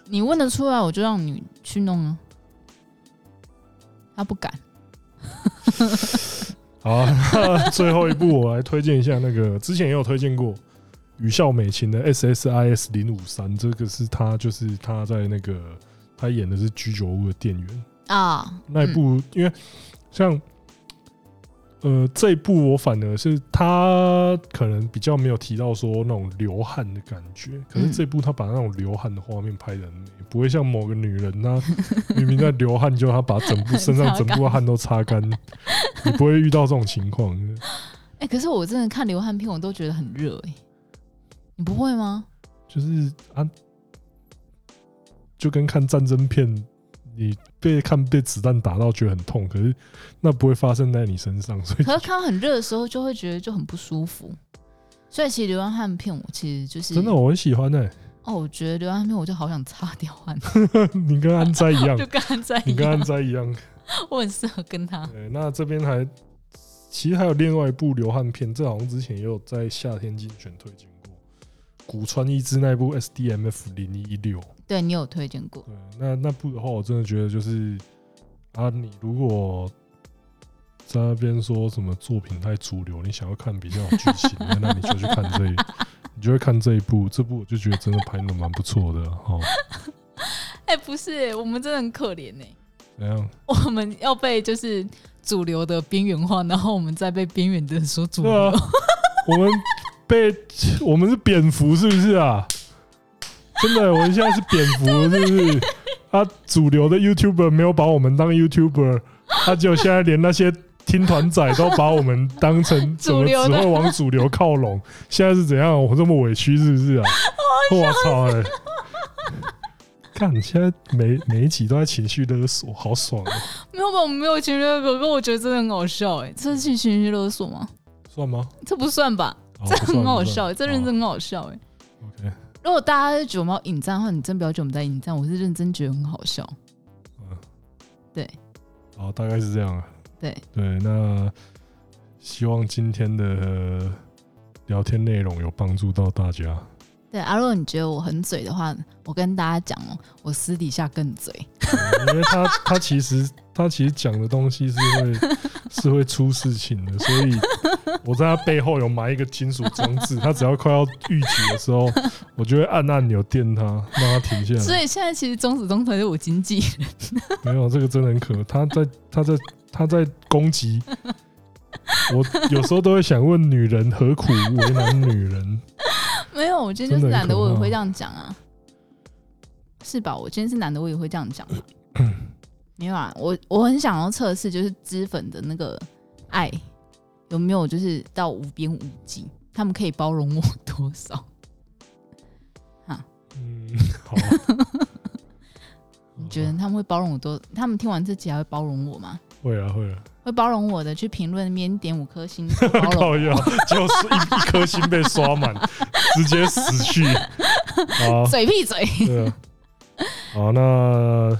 Speaker 2: 你问得出来，我就让你去弄啊。他不敢，
Speaker 1: 好、啊，那 最后一部我来推荐一下那个，之前也有推荐过宇孝美琴的 SSIS 零五三，这个是他就是他在那个他演的是居酒屋的店员
Speaker 2: 啊，
Speaker 1: 那一部，因为像呃这一部我反而是他可能比较没有提到说那种流汗的感觉，可是
Speaker 2: 嗯
Speaker 1: 这部他把那种流汗的画面拍的很美，不会像某个女人她 明明在流汗，就她把整部身上整部的汗都擦 干，你不会遇到这种情况。
Speaker 2: 哎、可是我真的看流汗片，我都觉得很热哎、你不会吗？
Speaker 1: 就是啊，就跟看战争片，你被看被子弹打到觉得很痛，可是那不会发生在你身上，所以
Speaker 2: 可是看到很热的时候，就会觉得就很不舒服。所以其实流浪汉片，我其实就是
Speaker 1: 真的我很喜欢哎、
Speaker 2: 哦，我觉得流浪汉片，我就好想擦 掉汗，
Speaker 1: 你跟安斋一样
Speaker 2: 就，跟他在一
Speaker 1: 你跟安
Speaker 2: 样，
Speaker 1: 斋一样。
Speaker 2: 我很适合跟他。
Speaker 1: 对，那这边还其实还有另外一部流汗片，这好像之前也有在夏天精选推荐过，古川一之那一部 SDMF 零一六。
Speaker 2: 对你有推荐过，
Speaker 1: 对，那那部的话，我真的觉得就是啊，你如果在那边说什么作品太主流，你想要看比较有剧情的，那你就去看这一，你就会看这一部。这部我就觉得真的拍的蛮不错的哦。
Speaker 2: 哎、不是、哎我们真的很可怜哎、
Speaker 1: 怎样？
Speaker 2: 我们要被就是主流的边缘化，然后我们再被边缘的人说主
Speaker 1: 对
Speaker 2: 流。
Speaker 1: 啊，我们被我们是蝙蝠是不是啊？真的，我们现在是蝙蝠是不是？啊，主流的 YouTuber 没有把我们当 YouTuber，他、就现在连那些听团仔都把我们当成怎么
Speaker 2: 主
Speaker 1: 只
Speaker 2: 流的
Speaker 1: 会往主流靠拢，现在是怎样？我这么委屈是不是啊？我操哎、看，现在每每一集都在情绪勒索，好爽哦、
Speaker 2: 没有吧？我们没有情绪勒索，可我觉得真的很好笑哎、这是情绪勒索吗？
Speaker 1: 算吗？
Speaker 2: 这不算吧？
Speaker 1: 哦
Speaker 2: 这
Speaker 1: 不算
Speaker 2: 很好
Speaker 1: 不算
Speaker 2: 笑欸，这认真
Speaker 1: 哦
Speaker 2: 很好笑哎。
Speaker 1: OK，
Speaker 2: 如果大家觉得我们要引战的话，你真不要觉得我们在引战，我是认真觉得很好笑。
Speaker 1: 嗯，
Speaker 2: 对，
Speaker 1: 好，大概是这样啊。
Speaker 2: 对
Speaker 1: 对，那希望今天的呃聊天内容有帮助到大家。
Speaker 2: 对啊，如果你觉得我很嘴的话，我跟大家讲哦，我私底下更嘴。
Speaker 1: 因为他他其实 他其实讲的东西是会 是会出事情的，所以我在他背后有埋一个金属装置，他只要快要预举的时候，我就会按按钮电他，让他停下
Speaker 2: 所
Speaker 1: 来。
Speaker 2: 以现在其实中指中头是我经纪人，
Speaker 1: 没有这个真的很可，他在他在他在攻击。我有时候都会想问，女人何苦为难女人？
Speaker 2: 没有，我今天就是
Speaker 1: 真的很
Speaker 2: 男的，
Speaker 1: 可
Speaker 2: 我也
Speaker 1: 怕
Speaker 2: 会这样讲啊，是吧？我今天是男的，我也会这样 讲嘛。啊没有啊，我我很想要测试，就是脂粉的那个爱有没有就是到无边无际，他们可以包容我多少？
Speaker 1: 嗯，好。嗯
Speaker 2: 你觉得他们会包容我多？他们听完这集还会包容我吗？
Speaker 1: 会啊会啊，
Speaker 2: 会包容我的去评论面点五颗星，说包 容
Speaker 1: 靠呀，就是一一颗心被刷满，直接死去。好，
Speaker 2: 嘴屁嘴。
Speaker 1: 对啊，好，那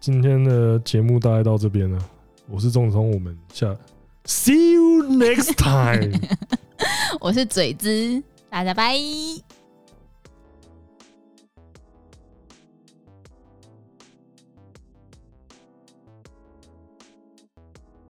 Speaker 1: 今天的节目大概到这边了。我是仲聪，我们下 see you next time。
Speaker 2: 我是嘴子，大家拜。